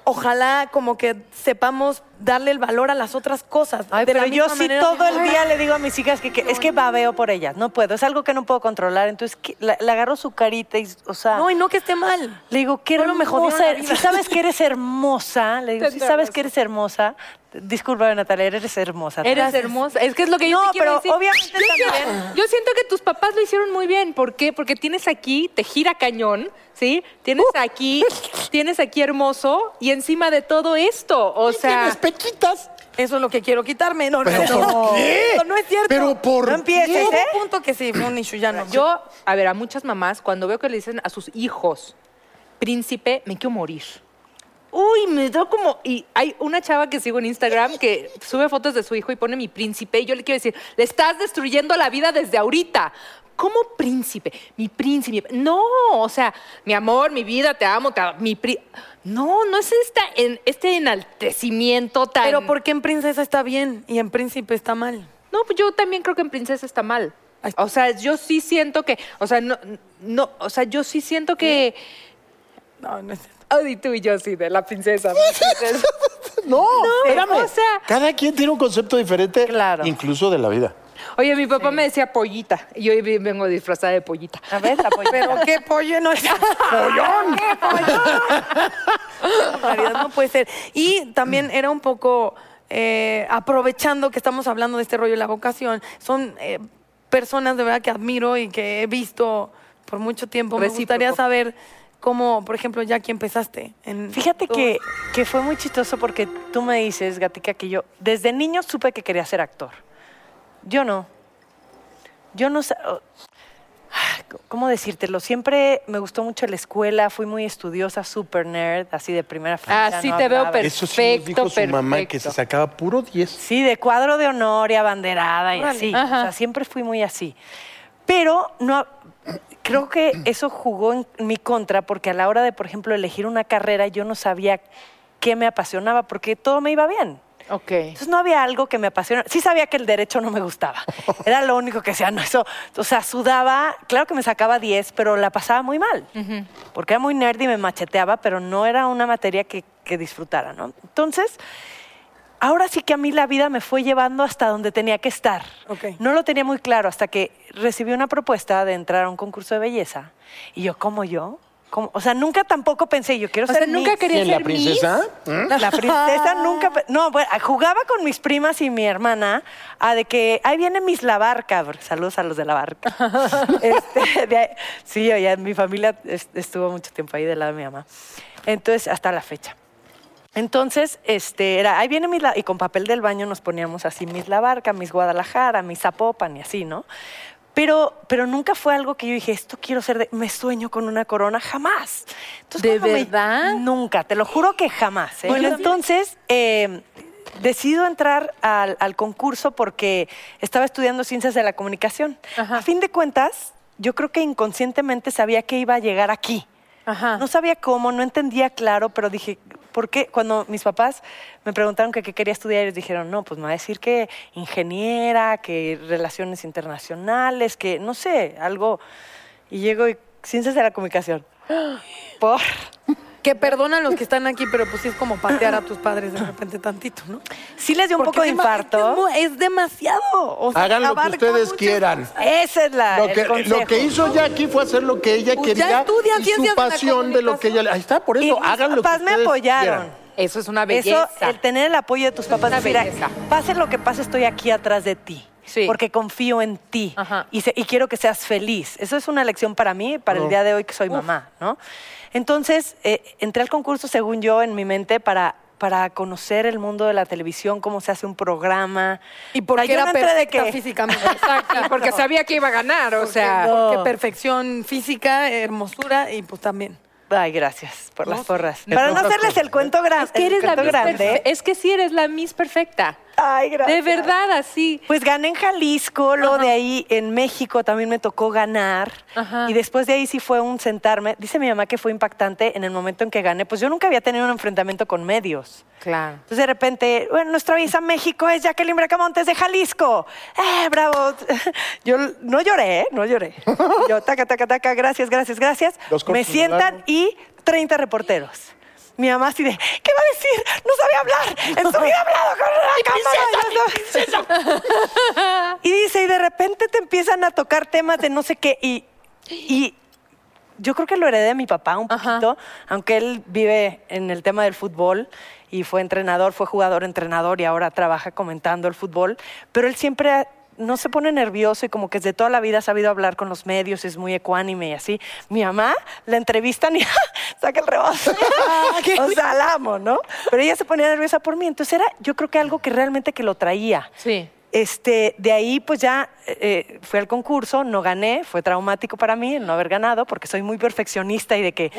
Speaker 2: ojalá como que sepamos darle el valor a las otras cosas.
Speaker 4: Ay,
Speaker 2: De la
Speaker 4: pero yo
Speaker 2: misma
Speaker 4: sí
Speaker 2: manera
Speaker 4: todo
Speaker 2: que-
Speaker 4: el día le digo a mis hijas que, que- es que babeo por ellas, no puedo, es algo que no puedo controlar, entonces que- la- le agarro su carita y, o sea,
Speaker 2: No, y no que esté mal.
Speaker 4: le digo, qué
Speaker 2: Solo me jodieron la
Speaker 4: hermosa, eres.
Speaker 2: vida.
Speaker 4: si sabes que eres hermosa, le digo, si
Speaker 3: Tendrás
Speaker 4: sabes
Speaker 3: razón.
Speaker 4: que eres hermosa, disculpa Natalia, eres hermosa.
Speaker 3: Eres
Speaker 4: Gracias.
Speaker 3: hermosa. Es que es lo que yo
Speaker 4: No,
Speaker 3: te quiero
Speaker 4: pero
Speaker 3: decir.
Speaker 4: obviamente
Speaker 3: yo, siento-
Speaker 4: también-
Speaker 3: yo siento que tus papás lo hicieron muy bien. ¿Por qué? Porque tienes aquí, te gira cañón, ¿sí? Tienes
Speaker 4: Uh.
Speaker 3: aquí, tienes aquí hermoso y encima de todo esto, o sea...
Speaker 5: pequitas.
Speaker 2: Eso es lo que quiero quitarme. No,
Speaker 5: ¿Pero
Speaker 2: no,
Speaker 5: por
Speaker 2: no.
Speaker 5: qué?
Speaker 2: Esto no es cierto.
Speaker 5: ¿Pero por
Speaker 2: No empieces,
Speaker 5: qué?
Speaker 2: ¿eh? Llegó un punto que sí, fue un issue, ya no.
Speaker 3: Yo, a ver, a muchas mamás, cuando veo que le dicen a sus hijos, príncipe, me quiero morir. Uy, me da como... Y hay una chava que sigo en Instagram que sube fotos de su hijo y pone mi príncipe y yo le quiero decir, le estás destruyendo la vida desde ahorita. ¿Cómo príncipe? Mi príncipe. mi- No, o sea, mi amor, mi vida, te amo, te amo, mi pri... No, no es esta, en, este enaltecimiento tan...
Speaker 2: Pero porque en princesa está bien y en príncipe está mal.
Speaker 3: No, pues yo también creo que en princesa está mal.
Speaker 2: Ay.
Speaker 3: O sea, yo sí siento que, o sea, no, no, o sea, yo sí siento que.
Speaker 2: No, no es cierto.
Speaker 3: Ay, tú y yo sí, de la princesa. la princesa.
Speaker 5: No, espérame.
Speaker 3: o sea-
Speaker 5: Cada quien tiene un concepto diferente,
Speaker 4: Claro.
Speaker 5: incluso de la vida.
Speaker 3: Oye, mi papá me decía pollita. Y hoy vi- vengo disfrazada de pollita.
Speaker 2: Ah,
Speaker 4: A ver, la pollita.
Speaker 2: Pero qué pollo no es.
Speaker 5: ¡Pollón!
Speaker 2: barbaridad, no puede ser. Y también era un poco eh, aprovechando que estamos hablando de este rollo de la vocación. Son eh, personas de verdad que admiro y que he visto por mucho tiempo. Me
Speaker 3: Recíproco.
Speaker 2: gustaría saber cómo, por ejemplo, ya que empezaste. En
Speaker 4: Fíjate
Speaker 2: todo
Speaker 4: que,
Speaker 2: esto.
Speaker 4: que fue muy chistoso porque tú me dices, Gatica, que yo desde niño supe que quería ser actor. Yo no. Yo no sé. ¿Cómo decírtelo? Siempre me gustó mucho la escuela, fui muy estudiosa, super nerd, así de primera fila.
Speaker 3: Así Ah, te veo
Speaker 4: hablaba.
Speaker 3: perfecta.
Speaker 5: Eso sí nos dijo su
Speaker 3: Perfecto,
Speaker 5: mamá que se
Speaker 3: perfecto.
Speaker 5: sacaba puro 10.
Speaker 4: Sí, de cuadro de honor y abanderada y
Speaker 2: Órale.
Speaker 4: así.
Speaker 3: Ajá.
Speaker 4: O sea, siempre fui muy así. Pero no, creo que eso jugó en mi contra porque a la hora de, por ejemplo, elegir una carrera yo no sabía qué me apasionaba porque todo me iba bien.
Speaker 3: Ok.
Speaker 4: Entonces no había algo que me apasionara. Sí sabía que el derecho no me gustaba. Era lo único que sea, no eso. O sea, sudaba, claro que me sacaba 10, pero la pasaba muy mal. Porque era muy nerd y me macheteaba, pero no era una materia que, que disfrutara, ¿no? Entonces, ahora sí que a mí la vida me fue llevando hasta donde tenía que estar.
Speaker 2: Ok.
Speaker 4: No lo tenía muy claro hasta que recibí una propuesta de entrar a un concurso de belleza. Y yo, ¿cómo yo? ¿Cómo? O sea, nunca tampoco pensé, yo quiero
Speaker 3: O
Speaker 4: ser
Speaker 3: sea, nunca
Speaker 4: Miss.
Speaker 3: quería
Speaker 5: ¿Quién, la
Speaker 3: ser Miss.
Speaker 5: princesa? ¿Mm?
Speaker 4: La princesa nunca. pe- No, bueno, jugaba con mis primas y mi hermana a de que ahí viene mis la barca. porque Saludos a los de la barca. Este, de ahí- sí, oye, mi familia es- estuvo mucho tiempo ahí del lado de mi mamá. Entonces, hasta la fecha. Entonces, este, era, ahí viene mis, la- y con papel del baño nos poníamos así, mis La Barca, mis Guadalajara, mis Zapopan y así, ¿no? Pero, pero nunca fue algo que yo dije, esto quiero ser, de, me sueño con una corona, jamás. Entonces,
Speaker 3: ¿De
Speaker 4: cuando me-
Speaker 3: verdad?
Speaker 4: nunca, te lo juro que jamás. ¿eh?
Speaker 2: Bueno,
Speaker 4: Yo entonces, eh, decido entrar al, al concurso porque estaba estudiando ciencias de la comunicación. A fin de cuentas, yo creo que inconscientemente sabía que iba a llegar aquí.
Speaker 3: Ajá.
Speaker 4: No sabía cómo, no entendía claro, pero dije, ¿por qué? Cuando mis papás me preguntaron que qué quería estudiar, ellos dijeron, no, pues me va a decir que ingeniera, que relaciones internacionales, que no sé, algo. Y llego y ciencias de la comunicación. Por.
Speaker 2: Que perdonan los que están aquí, pero pues sí es como patear a tus padres de repente tantito, ¿no?
Speaker 4: Sí les dio un
Speaker 2: Porque
Speaker 4: poco de
Speaker 2: es dema- es
Speaker 4: infarto.
Speaker 2: demu- Es, demasiado. o sea,
Speaker 5: Hagan lo que
Speaker 2: abarca
Speaker 5: ustedes
Speaker 2: muchas-
Speaker 5: quieran.
Speaker 4: Esa es la.
Speaker 5: Lo
Speaker 4: el
Speaker 5: que,
Speaker 4: consejo.
Speaker 5: lo que hizo Jackie fue hacer lo que ella
Speaker 2: Pues ya
Speaker 5: quería
Speaker 2: estudian
Speaker 5: y su
Speaker 2: ciencias de la
Speaker 5: pasión de lo que ella... le- Ahí está, por
Speaker 4: Y
Speaker 5: eso,
Speaker 4: mis
Speaker 5: hagan lo que
Speaker 4: papás
Speaker 5: ustedes
Speaker 4: me apoyaron.
Speaker 5: quieran.
Speaker 3: Eso es una belleza.
Speaker 4: Eso, el tener el apoyo de tus papás.
Speaker 3: Una
Speaker 4: decir, "Ay,
Speaker 3: belleza.
Speaker 4: pase lo que pase, estoy aquí atrás de ti.
Speaker 3: Sí.
Speaker 4: Porque confío en ti
Speaker 3: Ajá.
Speaker 4: y, se- y quiero que seas feliz. Eso es una lección para mí, para
Speaker 5: No.
Speaker 4: el día de hoy que soy mamá, ¿no? Entonces, eh, entré al concurso, según yo, en mi mente, para, para conocer el mundo de la televisión, cómo se hace un programa.
Speaker 2: Y
Speaker 4: por
Speaker 2: porque
Speaker 4: qué
Speaker 2: era perfecta físicamente.
Speaker 3: Exacto, porque sabía que iba a ganar, o sea...
Speaker 2: Porque
Speaker 4: No.
Speaker 2: perfección física, hermosura y pues también.
Speaker 4: Ay, gracias por las porras.
Speaker 5: Entre
Speaker 4: Para no
Speaker 5: otras
Speaker 4: hacerles
Speaker 5: cosas,
Speaker 4: Ah, el cuento grande.
Speaker 3: Es que eres la Miss
Speaker 4: grande. ¿eh?
Speaker 3: perfe- Es que sí eres la Miss perfecta.
Speaker 4: Ay, gracias.
Speaker 3: De verdad, así.
Speaker 4: Pues gané en Jalisco, luego de ahí en México también me tocó ganar.
Speaker 3: Ajá.
Speaker 4: Y después de ahí sí fue un sentarme. Dice mi mamá que fue impactante en el momento en que gané. Pues yo nunca había tenido un enfrentamiento con medios.
Speaker 3: Claro.
Speaker 4: Entonces de repente, bueno, nuestra visa a México es Jacqueline Bracamontes de Jalisco. ¡Eh, bravo! Yo no lloré, ¿eh? no lloré. Yo, taca, taca, taca, gracias, gracias, gracias.
Speaker 5: Los cortes
Speaker 4: Me sientan
Speaker 5: volaron.
Speaker 4: y 30 reporteros. mi mamá así de, ¿qué va a decir? No sabía hablar. En su vida ha hablado con una cámara. Y dice, y de repente te empiezan a tocar temas de no sé qué. Y, y yo creo que lo heredé de mi papá un poquito, aunque él vive en el tema del fútbol y fue entrenador, fue jugador, entrenador y ahora trabaja comentando el fútbol. Pero él siempre ha- no se pone nervioso y como que desde toda la vida ha sabido hablar con los medios, es muy ecuánime y así. Mi mamá la entrevistan y saca el rebote. o sea, la amo, ¿no? Pero ella se ponía nerviosa por mí. Entonces era, yo creo que algo que realmente que lo traía.
Speaker 3: Sí.
Speaker 4: Este, de ahí, pues ya eh, fui al concurso, no gané, fue traumático para mí el no haber ganado, porque soy muy perfeccionista y de que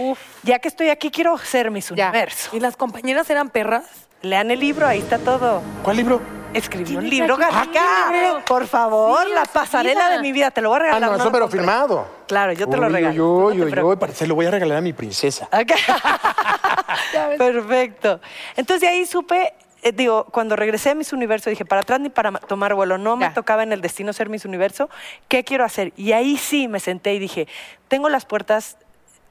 Speaker 4: ya que estoy aquí quiero ser mis
Speaker 3: Ya.
Speaker 4: universo.
Speaker 2: ¿Y las compañeras eran perras?
Speaker 4: Lean el libro, ahí está todo.
Speaker 5: ¿Cuál libro?
Speaker 4: Escribí un libro, Gatica. Por favor,
Speaker 3: Sí,
Speaker 4: la
Speaker 3: su
Speaker 4: pasarela
Speaker 3: vida.
Speaker 4: de mi vida, te lo voy a
Speaker 5: Ah,
Speaker 4: regalar.
Speaker 5: no,
Speaker 4: no
Speaker 5: eso
Speaker 4: lo
Speaker 5: pero
Speaker 4: compré.
Speaker 5: firmado.
Speaker 4: Claro, yo te lo
Speaker 5: Uy,
Speaker 4: regalo.
Speaker 5: Yo,
Speaker 4: no te
Speaker 5: yo, yo,
Speaker 4: preocupes.
Speaker 5: parece lo voy a regalar a mi princesa.
Speaker 4: Ok. Perfecto. Entonces de ahí supe, eh, digo, cuando regresé a Miss Universo dije, para atrás ni para ma- tomar vuelo, no me
Speaker 3: Ya.
Speaker 4: tocaba en el destino ser Miss Universo, ¿qué quiero hacer? Y ahí sí me senté y dije, tengo las puertas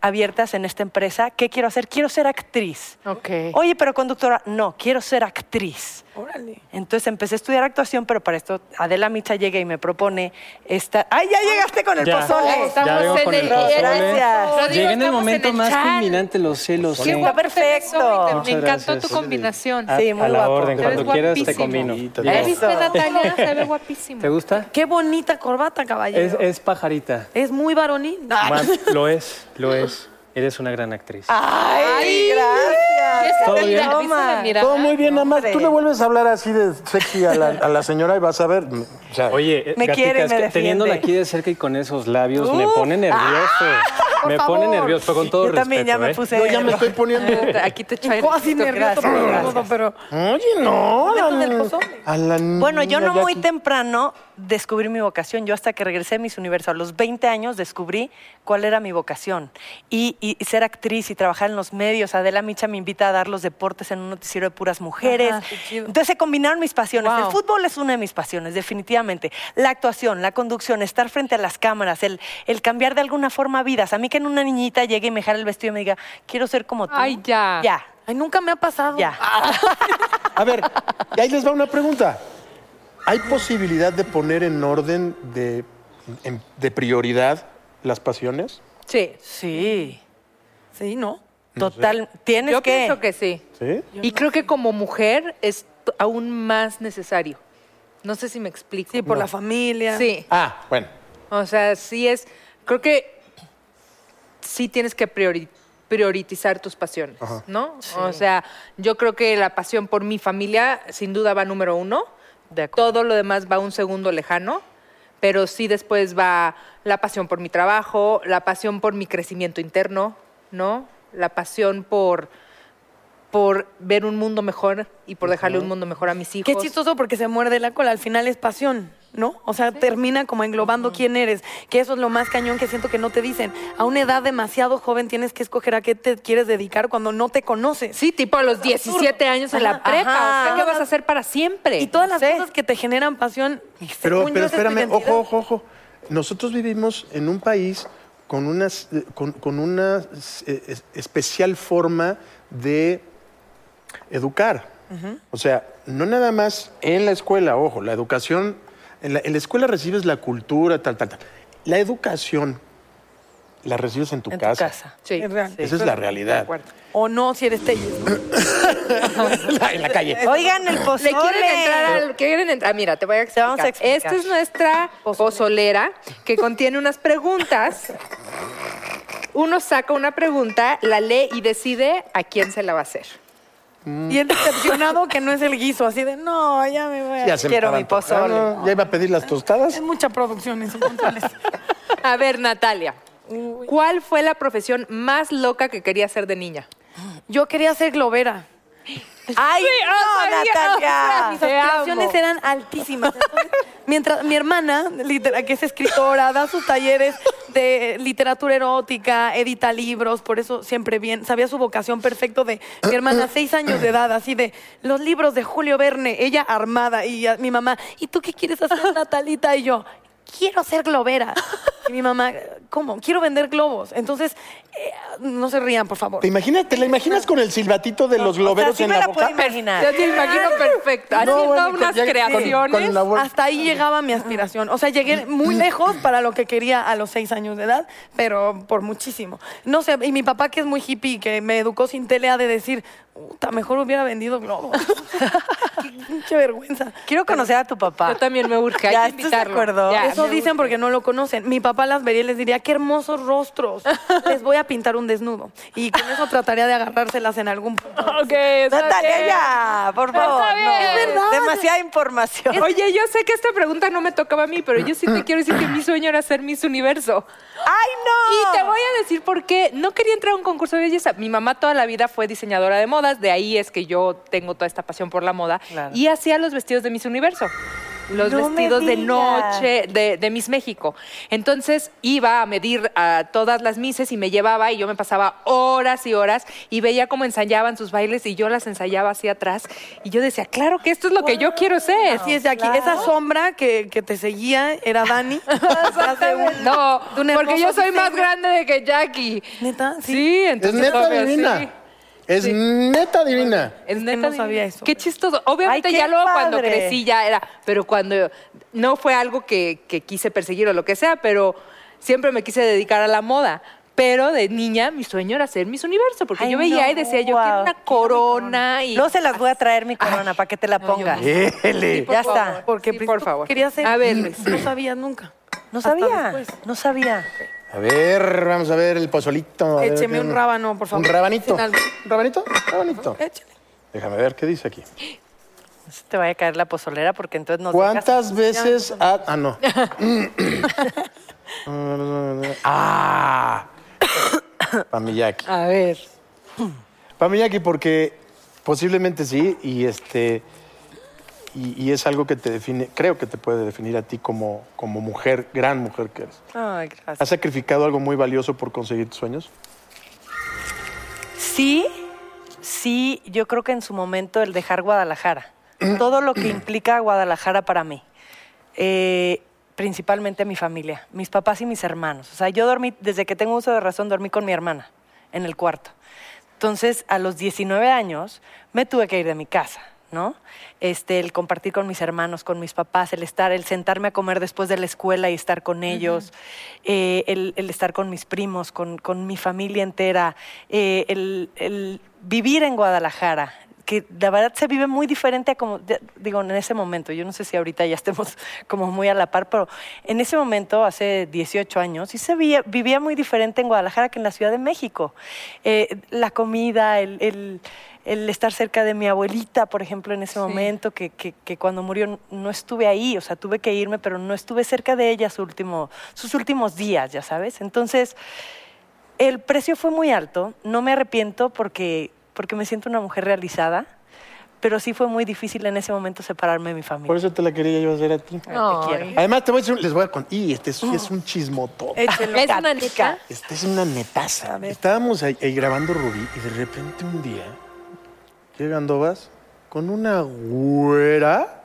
Speaker 4: abiertas en esta empresa, ¿qué quiero hacer? Quiero ser actriz.
Speaker 3: Ok.
Speaker 4: Oye, pero conductora, no, quiero ser actriz.
Speaker 2: Órale.
Speaker 4: Entonces empecé a estudiar actuación, pero para esto Adela Micha llega y me propone esta... ¡Ay, ya llegaste con el
Speaker 6: Ya.
Speaker 4: pozole!
Speaker 6: Ya vengo con el pozole.
Speaker 4: Gracias.
Speaker 3: Rodrigo,
Speaker 6: Llegué en el
Speaker 3: estamos
Speaker 6: momento
Speaker 3: el
Speaker 6: más
Speaker 3: chat.
Speaker 6: culminante, lo sé, lo sé.
Speaker 4: Qué guapa. perfecto.
Speaker 3: Me
Speaker 6: Muchas
Speaker 3: encantó
Speaker 6: gracias. Ah,
Speaker 3: tu combinación.
Speaker 6: A,
Speaker 4: Sí,
Speaker 6: a
Speaker 4: muy
Speaker 6: la
Speaker 4: guapo.
Speaker 6: orden,
Speaker 3: Te
Speaker 6: cuando
Speaker 3: ves
Speaker 6: quieras te
Speaker 3: guapísimo.
Speaker 6: combino.
Speaker 5: Bonita,
Speaker 3: ¿Ya
Speaker 5: Eso.
Speaker 3: viste, Natalia? Se ve guapísimo.
Speaker 6: ¿Te gusta?
Speaker 2: Qué bonita corbata, caballero.
Speaker 6: Es,
Speaker 5: eh,
Speaker 2: Es,
Speaker 6: es pajarita.
Speaker 2: muy varonil.
Speaker 4: Ah.
Speaker 6: Más, lo es, lo es. Eres una gran actriz.
Speaker 4: ¡Ay, gracias!
Speaker 3: Esa
Speaker 6: Todo
Speaker 3: mirada,
Speaker 4: bien.
Speaker 3: ¿viste la mirada?
Speaker 5: Todo muy bien, nada más. Tú
Speaker 4: Hombre.
Speaker 5: le vuelves a hablar así de sexy a la, a la señora y vas a ver. o sea,
Speaker 6: Oye, eh,
Speaker 4: Me
Speaker 6: Gatica,
Speaker 4: quiere y
Speaker 6: es
Speaker 4: me
Speaker 6: que
Speaker 4: defiende.
Speaker 6: teniéndola aquí de cerca y con esos labios, me pone nervioso.
Speaker 4: Ah,
Speaker 6: me pone nervioso, pero con todo
Speaker 4: Yo también ya
Speaker 6: respeto,
Speaker 4: me
Speaker 6: ¿eh?
Speaker 4: puse...
Speaker 5: yo ya me estoy poniendo.
Speaker 7: Aquí te echo
Speaker 2: Casi nervioso por el codo, pero
Speaker 5: Oye, no. a la-
Speaker 2: del pozole.
Speaker 5: a la
Speaker 4: Bueno, yo
Speaker 5: niña
Speaker 4: no muy
Speaker 5: Jackie.
Speaker 4: temprano descubrí mi vocación. Yo hasta que regresé a Miss Universo, a los 20 años, descubrí cuál era mi vocación. Y, y- y ser actriz y trabajar en los medios. Adela Micha me invita a dar los deportes en un noticiero de puras mujeres.
Speaker 2: Ajá, qué chido.
Speaker 4: Entonces se combinaron mis pasiones.
Speaker 2: Wow.
Speaker 4: El fútbol es una de mis pasiones, definitivamente. La actuación, la conducción, estar frente a las cámaras, el, el cambiar de alguna forma vidas. A mí que en una niñita llegue y me jale el vestido y me diga, quiero ser como tú.
Speaker 3: Ay, ya.
Speaker 4: Ya,
Speaker 2: Ay, nunca me ha pasado. Ah.
Speaker 4: ya.
Speaker 5: A ver, y ahí les va una pregunta. ¿Hay posibilidad de poner en orden de, en- de prioridad las pasiones?
Speaker 3: Sí.
Speaker 4: Sí.
Speaker 2: Sí, ¿no?
Speaker 4: Total, tienes
Speaker 3: Yo
Speaker 4: que...
Speaker 3: pienso que sí.
Speaker 5: ¿Sí?
Speaker 3: Y creo que como mujer es t- aún más necesario. No sé si me explico.
Speaker 2: Sí, por la familia.
Speaker 3: Sí.
Speaker 5: Ah, bueno.
Speaker 3: O sea, sí es. Creo que sí tienes que priori- priorizar tus pasiones, ¿no? O sea, yo creo que la pasión por mi familia sin duda va número uno.
Speaker 4: De acuerdo.
Speaker 3: Todo lo demás va un segundo lejano. Pero sí después va la pasión por mi trabajo, la pasión por mi crecimiento interno, ¿no? La pasión por, por ver un mundo mejor y por dejarle un mundo mejor a mis hijos.
Speaker 2: Qué chistoso porque se muerde la cola, al final es pasión, ¿no? O sea, termina como englobando quién eres, que eso es lo más cañón que siento que no te dicen. A una edad demasiado joven tienes que escoger a qué te quieres dedicar cuando no te conoces.
Speaker 3: Sí, tipo a los 17 años en la
Speaker 2: Ajá.
Speaker 3: prepa.
Speaker 2: Ajá.
Speaker 3: O sea, ¿qué vas a hacer para siempre?
Speaker 2: Y todas las
Speaker 3: No sé.
Speaker 2: cosas que te generan pasión.
Speaker 5: Pero,
Speaker 2: según yo,
Speaker 5: pero
Speaker 2: esa es tu
Speaker 5: espérame,
Speaker 2: identidad.
Speaker 5: ojo, ojo, ojo. Nosotros vivimos en un país con una, con, con una eh, es- especial forma de educar. O sea, no nada más en la escuela, ojo, la educación, en la, en la escuela recibes la cultura, tal, tal, tal. La educación la recibes en tu
Speaker 4: En tu
Speaker 5: casa.
Speaker 4: casa.
Speaker 3: Sí.
Speaker 2: Es real.
Speaker 5: Esa es la realidad.
Speaker 2: O no, si eres telle.
Speaker 5: en la calle.
Speaker 4: Oigan, el pozole.
Speaker 3: Le quieren entrar al. Quieren entrar. Mira, te voy a explicar.
Speaker 4: vamos a explicar.
Speaker 3: Esta es nuestra pozolera que contiene unas preguntas. Uno saca una pregunta, la lee y decide a quién se la va a hacer.
Speaker 5: Mm.
Speaker 2: Y el decepcionado que no es el guiso, así de, no, ya me voy. a-
Speaker 5: Ya se me
Speaker 4: Quiero
Speaker 5: estaba
Speaker 4: mi pozole.
Speaker 5: antojando. Ya iba a pedir las tostadas.
Speaker 2: Es mucha producción eso, controles.
Speaker 3: A ver, Natalia. ¿Cuál fue la profesión más loca que quería hacer de niña?
Speaker 2: Yo quería ser globera.
Speaker 4: ¡Ay,
Speaker 2: ah,
Speaker 4: no,
Speaker 2: mis
Speaker 4: Natalia!
Speaker 2: aspiraciones eran altísimas. Entonces, mientras mi hermana, litera- que es escritora, da sus talleres de literatura erótica, edita libros, por eso siempre bien, sabía su vocación perfecto de mi hermana, seis años de edad, así de los libros de Julio Verne, ella armada, y a- mi mamá, ¿y tú qué quieres hacer, Natalita? Y yo, quiero ser globera. Y mi mamá, ¿cómo? Quiero vender globos. Entonces, eh, no se rían, por favor.
Speaker 5: ¿Te imaginas? ¿Te la imaginas con el silbatito de los globeros
Speaker 4: o sea, sí
Speaker 5: en
Speaker 4: me
Speaker 5: la,
Speaker 4: la
Speaker 5: boca?
Speaker 4: puedo imaginar.
Speaker 3: Ya te imagino perfecto. Haciendo
Speaker 5: bueno,
Speaker 3: unas
Speaker 5: ya con-
Speaker 3: creaciones.
Speaker 5: con la bolsa.
Speaker 2: Hasta ahí llegaba mi aspiración. O sea, llegué muy lejos para lo que quería a los seis años de edad, pero por muchísimo. No sé, y mi papá, que es muy hippie y que me educó sin tele, ha de decir, puta, mejor hubiera vendido globos. Qué pinche vergüenza.
Speaker 4: Quiero conocer a tu papá.
Speaker 3: Yo también me urge, hay
Speaker 4: Ya,
Speaker 3: que
Speaker 4: ¿estás de
Speaker 3: invitarlo.
Speaker 4: acuerdo?
Speaker 3: Ya,
Speaker 2: Eso
Speaker 3: me
Speaker 2: dicen
Speaker 3: urge.
Speaker 2: porque no lo conocen. Mi papá las vería y les diría, qué hermosos rostros. Les voy a pintar un desnudo. Y con eso trataría de agarrárselas en algún punto.
Speaker 3: Ok, está
Speaker 4: Natalia,
Speaker 3: bien.
Speaker 4: ya, por
Speaker 3: Está
Speaker 4: favor.
Speaker 3: bien.
Speaker 4: no.
Speaker 3: Es verdad.
Speaker 4: Demasiada información.
Speaker 3: Oye, yo sé que esta pregunta no me tocaba a mí, pero yo sí te quiero decir que mi sueño era ser Miss Universo.
Speaker 4: ¡Ay, no!
Speaker 3: Y te voy a decir por qué. No quería entrar a un concurso de belleza. Mi mamá toda la vida fue diseñadora de modas, de ahí es que yo tengo toda esta pasión por la moda.
Speaker 4: Claro.
Speaker 3: Y hacía los vestidos de Miss Universo. Los
Speaker 4: No me
Speaker 3: vestidos de
Speaker 4: digas.
Speaker 3: noche de, de Miss México. Entonces iba a medir a todas las Misses y me llevaba y yo me pasaba horas y horas y veía cómo ensayaban sus bailes y yo las ensayaba hacia atrás. Y yo decía, claro que esto es lo que yo quiero ser.
Speaker 2: Así es, de aquí. Esa sombra que, que te seguía era Dani. Detrás de un-
Speaker 3: No,
Speaker 2: de un
Speaker 3: porque yo
Speaker 2: hermoso
Speaker 3: soy más
Speaker 2: diseño.
Speaker 3: grande de que Jackie.
Speaker 2: ¿Neta? Sí.
Speaker 3: Sí, entonces.
Speaker 5: es neta
Speaker 3: obvio,
Speaker 5: divina.
Speaker 3: sí.
Speaker 5: Es
Speaker 3: Sí.
Speaker 5: neta divina.
Speaker 3: Es
Speaker 2: que
Speaker 3: neta
Speaker 2: no
Speaker 3: divina.
Speaker 2: sabía eso.
Speaker 3: Qué chistoso. Obviamente
Speaker 4: Ay, qué
Speaker 3: ya luego cuando
Speaker 4: padre.
Speaker 3: crecí ya era, pero cuando no fue algo que, que quise perseguir o lo que sea, pero siempre me quise dedicar a la moda. Pero de niña mi sueño era ser Miss Universo, porque
Speaker 4: Ay,
Speaker 3: yo veía
Speaker 4: no,
Speaker 3: y decía, yo
Speaker 4: guau,
Speaker 3: quiero una
Speaker 4: quiero mi
Speaker 3: corona y...
Speaker 4: No se las voy a traer mi corona para que te la
Speaker 3: yo
Speaker 4: pongas.
Speaker 5: Ele.
Speaker 3: por
Speaker 4: ya
Speaker 3: favor.
Speaker 4: está.
Speaker 2: Porque
Speaker 3: Sí,
Speaker 2: pues,
Speaker 3: por
Speaker 2: tú
Speaker 3: favor.
Speaker 2: querías ser
Speaker 3: A ver,
Speaker 2: Miss, no sabías nunca.
Speaker 4: No
Speaker 2: Hasta
Speaker 4: sabía,
Speaker 2: después.
Speaker 4: no sabía.
Speaker 5: A ver, vamos a ver el pozolito. a ver
Speaker 2: Écheme
Speaker 5: qué-
Speaker 2: un rábano, por favor.
Speaker 5: ¿Un rabanito?
Speaker 2: Sin algo.
Speaker 5: ¿Un rabanito? Rabanito.
Speaker 2: Échale.
Speaker 5: Déjame ver qué dice aquí.
Speaker 4: No se te vaya a caer la pozolera porque entonces no
Speaker 5: ¿Cuántas veces ha... Ah, no. ah. Pamiyaki.
Speaker 4: A ver.
Speaker 5: Pamiyaki, porque posiblemente sí, y este. Y, y es algo que te define, creo que te puede definir a ti como, como mujer, gran mujer que eres.
Speaker 4: Ay, gracias.
Speaker 5: ¿Has sacrificado algo muy valioso por conseguir tus sueños?
Speaker 4: Sí, sí, yo creo que en su momento el dejar Guadalajara. Todo lo que implica Guadalajara para mí. Eh, principalmente mi familia, mis papás y mis hermanos. O sea, yo dormí, desde que tengo uso de razón, dormí con mi hermana en el cuarto. Entonces, a los 19 años, me tuve que ir de mi casa, ¿no? Este, el compartir con mis hermanos, con mis papás, el estar, el sentarme a comer después de la escuela y estar con ellos, eh, el, el estar con mis primos, con, con mi familia entera, eh, el, el vivir en Guadalajara, que la verdad se vive muy diferente a como, de- digo, en ese momento, yo no sé si ahorita ya estemos como muy a la par, pero en ese momento, hace 18 años, sí se vivía, vivía muy diferente en Guadalajara que en la Ciudad de México. Eh, la comida, el, el- el estar cerca de mi abuelita, por ejemplo, en ese momento, que, que- que cuando murió no estuve ahí, o sea, tuve que irme, pero no estuve cerca de ella su último, sus últimos días, ya sabes. Entonces, el precio fue muy alto, no me arrepiento porque, porque me siento una mujer realizada, pero sí fue muy difícil en ese momento separarme de mi familia.
Speaker 5: Por eso te la quería yo hacer a ti.
Speaker 4: Ay, te quiero.
Speaker 5: Además, te voy a decir, les voy a contar. Y este es, es un chismoto.
Speaker 2: Échelo.
Speaker 3: es una neta.
Speaker 5: Esta es una netaza. Estábamos ahí, ahí grabando Rubí y de repente un día llegando vas con una güera.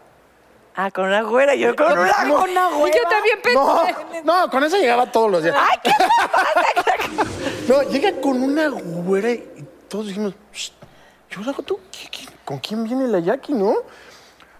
Speaker 4: Ah, con una güera, yo con una, con una
Speaker 3: Y
Speaker 4: güera.
Speaker 3: Pues yo también pensé...
Speaker 5: No, no, con esa llegaba todos los días. ¡Ay, qué No, llega con una güera y todos dijimos, "Shh, yo la tú, ¿qué- qué- ¿con quién viene la Jackie, no?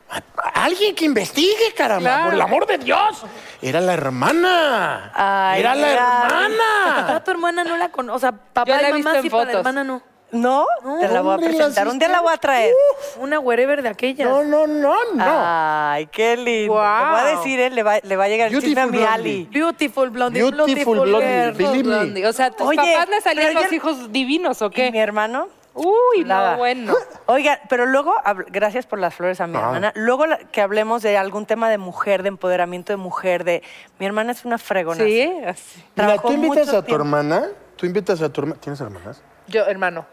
Speaker 5: A- a Alguien que investigue, caramba, por el amor de Dios. Era la hermana.
Speaker 4: Ay,
Speaker 5: Era la
Speaker 4: ay.
Speaker 5: hermana.
Speaker 2: Papá, tu hermana no la conoce. O sea, papá
Speaker 3: Ah. Yo la
Speaker 2: y
Speaker 3: he
Speaker 2: mamá
Speaker 3: visto en
Speaker 2: sí, pero la
Speaker 3: fotos.
Speaker 2: hermana no.
Speaker 4: No, te la voy a
Speaker 5: hombre, las
Speaker 4: presentar. Un día la voy a traer. Ah,
Speaker 2: Una wherever de aquellas.
Speaker 5: No, no, no, no.
Speaker 4: Ay, qué lindo. Le voy a decir, eh, le, va, le va a llegar el chisme a
Speaker 5: Beautiful
Speaker 4: mi
Speaker 5: blondie.
Speaker 4: Ali.
Speaker 2: Beautiful blondie.
Speaker 5: Beautiful blondie,
Speaker 2: girl.
Speaker 5: believe me.
Speaker 3: Pues, ¿Dónde? O sea, tus
Speaker 4: Oye,
Speaker 3: papás le salían
Speaker 4: pero
Speaker 3: los
Speaker 4: yo-
Speaker 3: hijos divinos, ¿o
Speaker 4: ¿Y mi
Speaker 3: qué?
Speaker 4: hermano?
Speaker 3: Uy,
Speaker 4: Nada.
Speaker 3: no, bueno.
Speaker 4: Oiga, pero luego, hab- gracias por las flores a mi
Speaker 5: Ah.
Speaker 4: hermana. Luego la- que hablemos de algún tema de mujer, de empoderamiento de mujer, de mi hermana es una fregona.
Speaker 3: Sí, así.
Speaker 5: Mira,
Speaker 4: Trabajó
Speaker 5: tú invitas
Speaker 4: mucho
Speaker 5: a tu
Speaker 4: tiempo.
Speaker 5: hermana, tú invitas a tu hermana. ¿Tienes hermanas?
Speaker 3: Yo, hermano.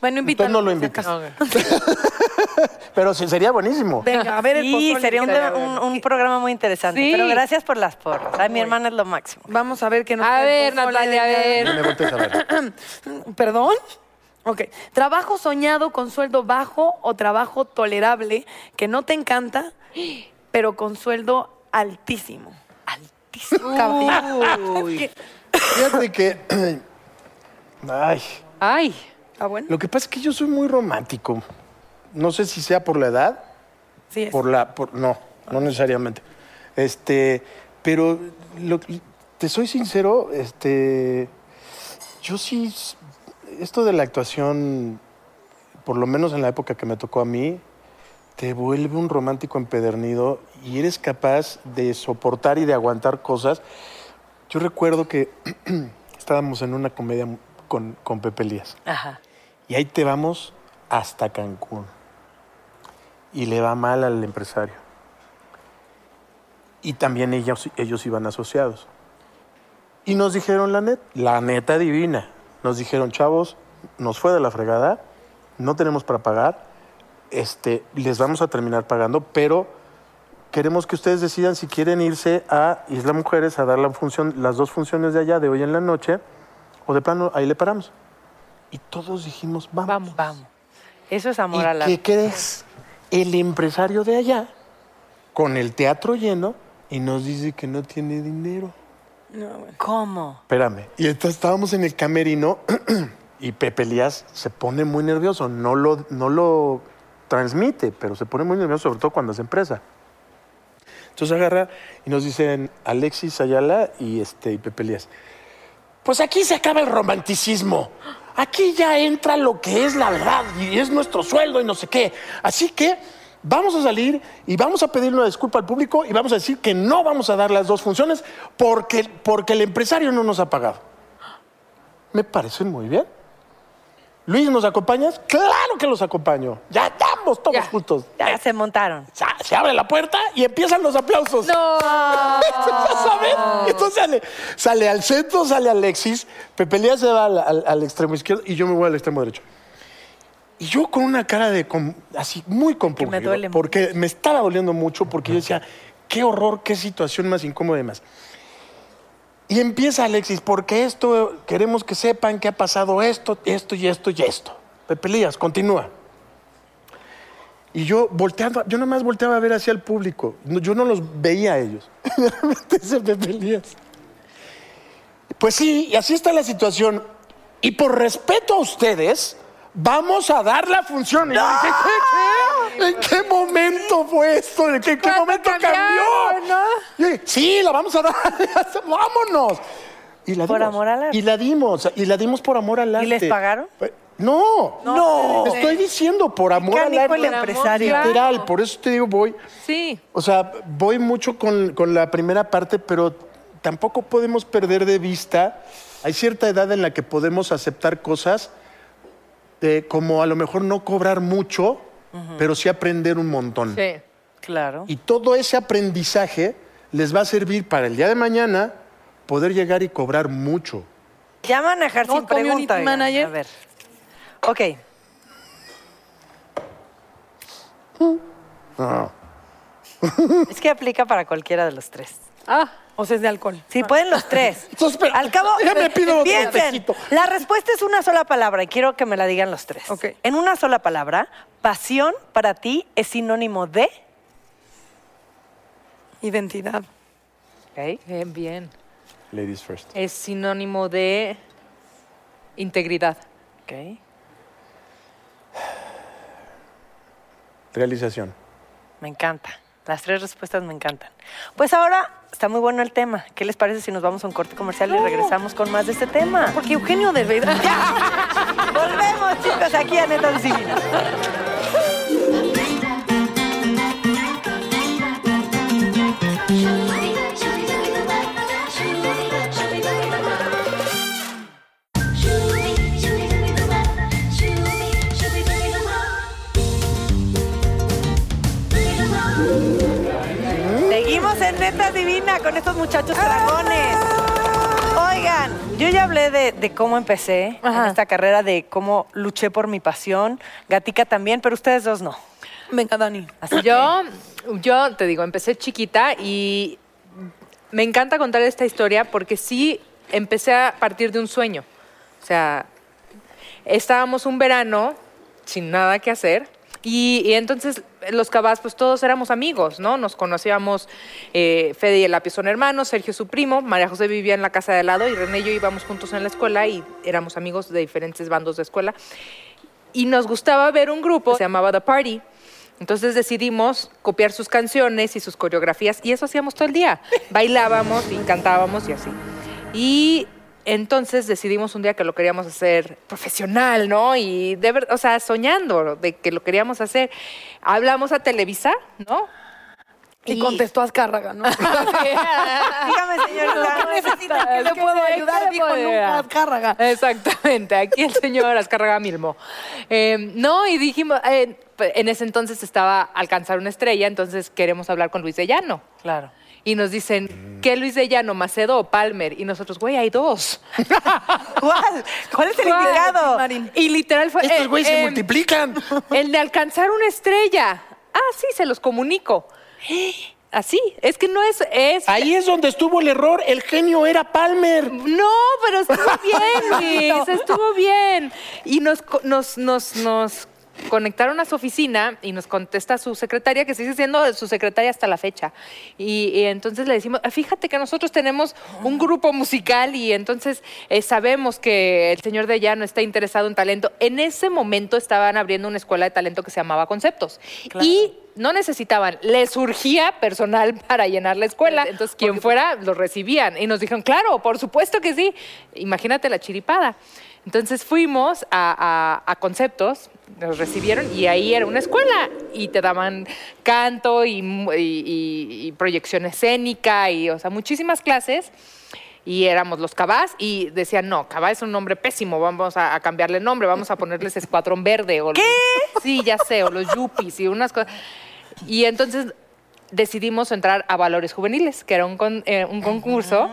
Speaker 2: Bueno, invítalo.
Speaker 5: Entonces no lo
Speaker 2: si
Speaker 5: invitas.
Speaker 2: acaso.
Speaker 5: Pero sí, sería buenísimo.
Speaker 2: Venga, a ver el
Speaker 4: Sí,
Speaker 2: pozole.
Speaker 4: sería un,
Speaker 2: Venga,
Speaker 4: tema- un- un programa muy interesante.
Speaker 3: Sí.
Speaker 4: Pero gracias por las porras. Ay, mi hermana es lo máximo.
Speaker 2: Vamos a ver qué nos
Speaker 3: A
Speaker 2: trae
Speaker 3: ver,
Speaker 2: el pozole
Speaker 3: Natalia, a
Speaker 2: del día de hoy.
Speaker 5: No
Speaker 3: ver.
Speaker 5: me voltees a ver.
Speaker 2: ¿Perdón? Ok. Trabajo soñado con sueldo bajo o trabajo tolerable que no te encanta, pero con sueldo altísimo.
Speaker 4: Uh.
Speaker 2: Altísimo. cabrón.
Speaker 5: Fíjate que Ay,
Speaker 3: Ay,
Speaker 2: Ah, bueno.
Speaker 5: lo que pasa es que yo soy muy romántico. No sé si sea por la edad,
Speaker 2: Sí, es.
Speaker 5: por la, por, no, no necesariamente. Este, pero lo- te soy sincero, este, yo sí, s- esto de la actuación, por lo menos en la época que me tocó a mí, te vuelve un romántico empedernido y eres capaz de soportar y de aguantar cosas. Yo recuerdo que estábamos en una comedia con, con Pepe Elías.
Speaker 4: Ajá.
Speaker 5: Y ahí te vamos hasta Cancún. Y le va mal al empresario. Y también ellos, ellos iban asociados. Y nos dijeron la neta, la neta divina. Nos dijeron, chavos, nos fue de la fregada, no tenemos para pagar, este, les vamos a terminar pagando, pero queremos que ustedes decidan si quieren irse a Isla Mujeres a dar la función, las dos funciones de allá de hoy en la noche, o de plano, ahí le paramos. Y todos dijimos, vamos.
Speaker 4: Vamos. Vamos. Eso es amor a
Speaker 5: ¿Y
Speaker 4: la...
Speaker 5: qué crees? El empresario de allá, con el teatro lleno, y nos dice que no tiene dinero.
Speaker 4: ¿Cómo?
Speaker 5: Espérame. Y entonces estábamos en el camerino y Pepe Elías se pone muy nervioso. No lo, no lo transmite, pero se pone muy nervioso, sobre todo cuando es empresa. Entonces agarra y nos dicen Alexis Ayala y, este, y Pepe Elías. Pues aquí se acaba el romanticismo. Aquí ya entra lo que es la verdad y es nuestro sueldo y no sé qué. Así que vamos a salir y vamos a pedir una disculpa al público y vamos a decir que no vamos a dar las dos funciones porque, porque el empresario no nos ha pagado. Me parece muy bien. Luis, ¿nos acompañas? Claro que los acompaño. Ya estamos todos juntos.
Speaker 4: Ya se montaron.
Speaker 5: O sea, se abre la puerta y empiezan los aplausos.
Speaker 3: no.
Speaker 5: Ya sabes. Entonces sale, sale al centro, sale Alexis, Pepe Lía se va al, al- al extremo izquierdo y yo me voy al extremo derecho. Y yo con una cara de com- así muy compungido,
Speaker 4: duele
Speaker 5: porque me estaba doliendo mucho, porque yo decía, qué horror, qué situación más incómoda y más. Y empieza Alexis, porque esto, queremos que sepan que ha pasado esto, esto y esto y esto. Pepe Lías, continúa. Y yo volteaba, yo nada más volteaba a ver hacia el público. No, yo no los veía a ellos. Y de repente se me Elías. Pues sí, y así está la situación. Y por respeto a ustedes, vamos a dar la función. Y yo dije, ¿qué, qué? en qué momento fue esto? ¿En qué, en qué
Speaker 3: ¿Cuándo
Speaker 5: momento
Speaker 3: cambiaron,
Speaker 5: cambió?
Speaker 3: no?
Speaker 5: Y yo dije, sí, la vamos a dar. ¡Vámonos! Y la
Speaker 4: Por
Speaker 5: dimos.
Speaker 4: amor al arte.
Speaker 5: Y la dimos. Y la dimos por amor al arte.
Speaker 4: les pagaron?
Speaker 5: Pues, No.
Speaker 4: No.
Speaker 5: Te estoy diciendo, por amor al
Speaker 4: Mecánico
Speaker 5: arte.
Speaker 4: el empresario.
Speaker 3: Claro.
Speaker 5: Literal, por eso te digo, voy.
Speaker 3: Sí.
Speaker 5: O sea, voy mucho con, con la primera parte, pero tampoco podemos perder de vista. Hay cierta edad en la que podemos aceptar cosas, eh, como a lo mejor no cobrar mucho, pero sí aprender un montón.
Speaker 3: Sí.
Speaker 4: Claro.
Speaker 5: Y todo ese aprendizaje les va a servir para el día de mañana poder llegar y cobrar mucho.
Speaker 4: Ya manejar
Speaker 2: No,
Speaker 4: sin
Speaker 2: community
Speaker 4: pregunta. oigan.
Speaker 2: manager.
Speaker 4: A ver. Ok.
Speaker 5: Ah.
Speaker 4: Es que aplica para cualquiera de los tres.
Speaker 3: Ah,
Speaker 2: O sea, es de alcohol.
Speaker 4: Si pueden los tres.
Speaker 5: Entonces, espera,
Speaker 4: Al cabo,
Speaker 5: déjame pido otro
Speaker 4: piensen.
Speaker 5: tecito.
Speaker 4: La respuesta es una sola palabra y quiero que me la digan los tres.
Speaker 2: Ok.
Speaker 4: En una sola palabra, pasión para ti es sinónimo de.
Speaker 2: Identidad.
Speaker 4: Ok.
Speaker 3: bien, bien.
Speaker 5: Ladies first.
Speaker 3: Es sinónimo de integridad.
Speaker 4: Ok.
Speaker 5: Realización.
Speaker 4: Me encanta. Las tres respuestas me encantan. Pues ahora está muy bueno el tema. ¿Qué les parece si nos vamos a un corte comercial y regresamos con más de este tema?
Speaker 2: Porque Eugenio de verdad.
Speaker 4: Volvemos, chicos, aquí a Netas Divinas. Seguimos en Netas Divina con estos muchachos dragones. Oigan, yo ya hablé de, de cómo empecé en esta carrera, de cómo luché por mi pasión. Gatica también, pero ustedes dos no.
Speaker 2: Venga, Dani.
Speaker 4: Así
Speaker 3: Yo, yo te digo, empecé chiquita y me encanta contar esta historia porque sí empecé a partir de un sueño. O sea, estábamos un verano sin nada que hacer Y, y entonces los Cabas, pues todos éramos amigos, ¿no? Nos conocíamos, eh, Fede y el lápiz son hermanos, Sergio su primo, María José vivía en la casa de al lado y René y yo íbamos juntos en la escuela y éramos amigos de diferentes bandos de escuela. Y nos gustaba ver un grupo, que se llamaba The Party. Entonces decidimos copiar sus canciones y sus coreografías y eso hacíamos todo el día. Bailábamos y cantábamos y así. Y entonces decidimos un día que lo queríamos hacer profesional, ¿no? Y de ver, o sea, soñando de que lo queríamos hacer. Hablamos a Televisa, ¿no?
Speaker 2: Y contestó Azcárraga, ¿no?
Speaker 4: Dígame, señorita.
Speaker 2: ¿Qué necesitas que le
Speaker 3: ¿Qué
Speaker 2: puedo
Speaker 3: te- qué
Speaker 2: ayudar?
Speaker 3: le
Speaker 2: Dijo
Speaker 3: puedo
Speaker 2: nunca
Speaker 3: ayudar?
Speaker 2: Azcárraga.
Speaker 3: Exactamente, aquí el señor Azcárraga Milmo. Eh, no, y dijimos, eh, en ese entonces estaba Alcanzar una estrella, entonces queremos hablar con Luis de Llano.
Speaker 4: Claro.
Speaker 3: Y nos dicen, ¿qué Luis de Llano, Macedo o Palmer? Y nosotros, güey, hay dos.
Speaker 4: ¿Cuál? ¿Cuál es el
Speaker 3: ¿Cuál?
Speaker 4: indicado?
Speaker 3: Y literal fue. eh,
Speaker 5: Estos güeyes se
Speaker 3: eh,
Speaker 5: multiplican.
Speaker 3: El de alcanzar una estrella. Ah, sí, se los comunico. Así, es que no es. es
Speaker 5: Ahí es donde estuvo el error. El genio era Palmer.
Speaker 3: no, pero estuvo bien, Luis, estuvo bien. Y nos, co- nos, nos, nos conectaron a su oficina y nos contesta su secretaria, que sigue siendo su secretaria hasta la fecha. Y, y entonces le decimos, "Ah, fíjate que nosotros tenemos un grupo musical y entonces eh, sabemos que el señor de Llano está interesado en talento. En ese momento estaban abriendo una escuela de talento que se llamaba Conceptos. Y no necesitaban, les surgía personal para llenar la escuela. Entonces, quien fuera, los recibían. Y nos dijeron, claro, por supuesto que sí. Imagínate la chiripada. Entonces fuimos a, a- a Conceptos, nos recibieron y ahí era una escuela y te daban canto y, mu- y- y- y proyección escénica y, o sea, muchísimas clases. Y éramos los Cabás y decían, no, Cabá es un nombre pésimo, vamos a, a cambiarle el nombre, vamos a ponerles Escuadrón Verde. O ¿Qué? sí, ya sé, o los Yuppies y unas cosas. Y entonces decidimos entrar a Valores Juveniles, que era un, con- eh, un concurso.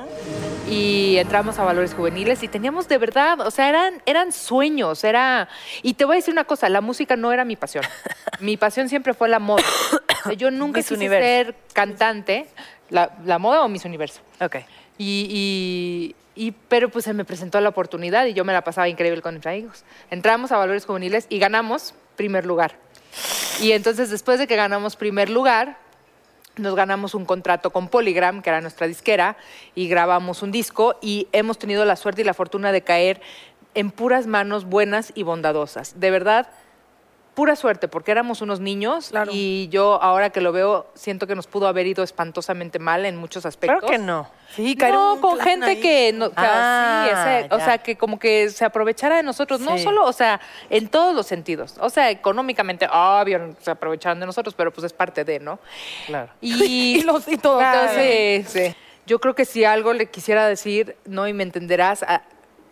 Speaker 3: Y entramos a Valores Juveniles y teníamos de verdad, o sea, eran, eran sueños, era... Y te voy a decir una cosa, la música no era mi pasión. Mi pasión siempre fue la moda. O sea, Yo nunca
Speaker 4: Miss
Speaker 3: quise
Speaker 4: Universo.
Speaker 3: ser cantante, la, la moda o Miss Universo.
Speaker 4: Ok.
Speaker 3: Y, y- y- pero pues se me presentó la oportunidad y yo me la pasaba increíble con mis amigos. Entramos a Valores Juveniles y ganamos primer lugar. Y entonces después de que ganamos primer lugar, nos ganamos un contrato con Polygram, que era nuestra disquera, y grabamos un disco y hemos tenido la suerte y la fortuna de caer en puras manos buenas y bondadosas. De verdad, pura suerte, porque éramos unos niños
Speaker 2: Claro.
Speaker 3: y yo ahora que lo veo siento que nos pudo haber ido espantosamente mal en muchos aspectos.
Speaker 4: Claro que no.
Speaker 2: Sí, caer
Speaker 3: No,
Speaker 2: un
Speaker 3: con
Speaker 2: clan
Speaker 3: gente
Speaker 2: ahí.
Speaker 3: que, no, que-
Speaker 4: Ah,
Speaker 3: sí, ese- o
Speaker 4: ya.
Speaker 3: sea, que como que se aprovechara de nosotros, no
Speaker 4: Sí.
Speaker 3: solo, o sea, en todos los sentidos, o sea, económicamente, obvio, se aprovecharon de nosotros, pero pues es parte de, ¿no?
Speaker 4: Claro.
Speaker 3: Y, los y todo. Entonces, yo creo que si algo le quisiera decir, no, y me entenderás, a-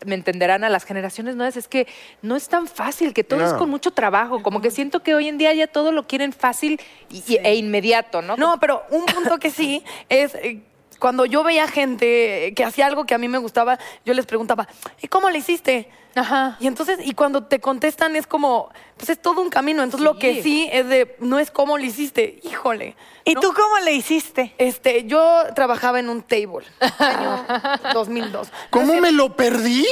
Speaker 3: me entenderán a las generaciones nuevas, es que no es tan fácil, que todo es
Speaker 5: No.
Speaker 3: con mucho trabajo. Como que siento que hoy en día ya todo lo quieren fácil y- y- e inmediato, ¿no?
Speaker 2: No, pero un punto que sí es eh, cuando yo veía gente eh, que hacía algo que a mí me gustaba, yo les preguntaba, ¿y cómo le hiciste?
Speaker 3: Ajá.
Speaker 2: Y entonces, y cuando te contestan es como, pues es todo un camino. Entonces lo
Speaker 3: Sí.
Speaker 2: que sí es de, no es cómo le hiciste, híjole.
Speaker 4: ¿Y
Speaker 2: ¿no?
Speaker 4: tú cómo le hiciste?
Speaker 2: Este, yo trabajaba en un table, año 2002.
Speaker 5: ¿Cómo me lo perdí?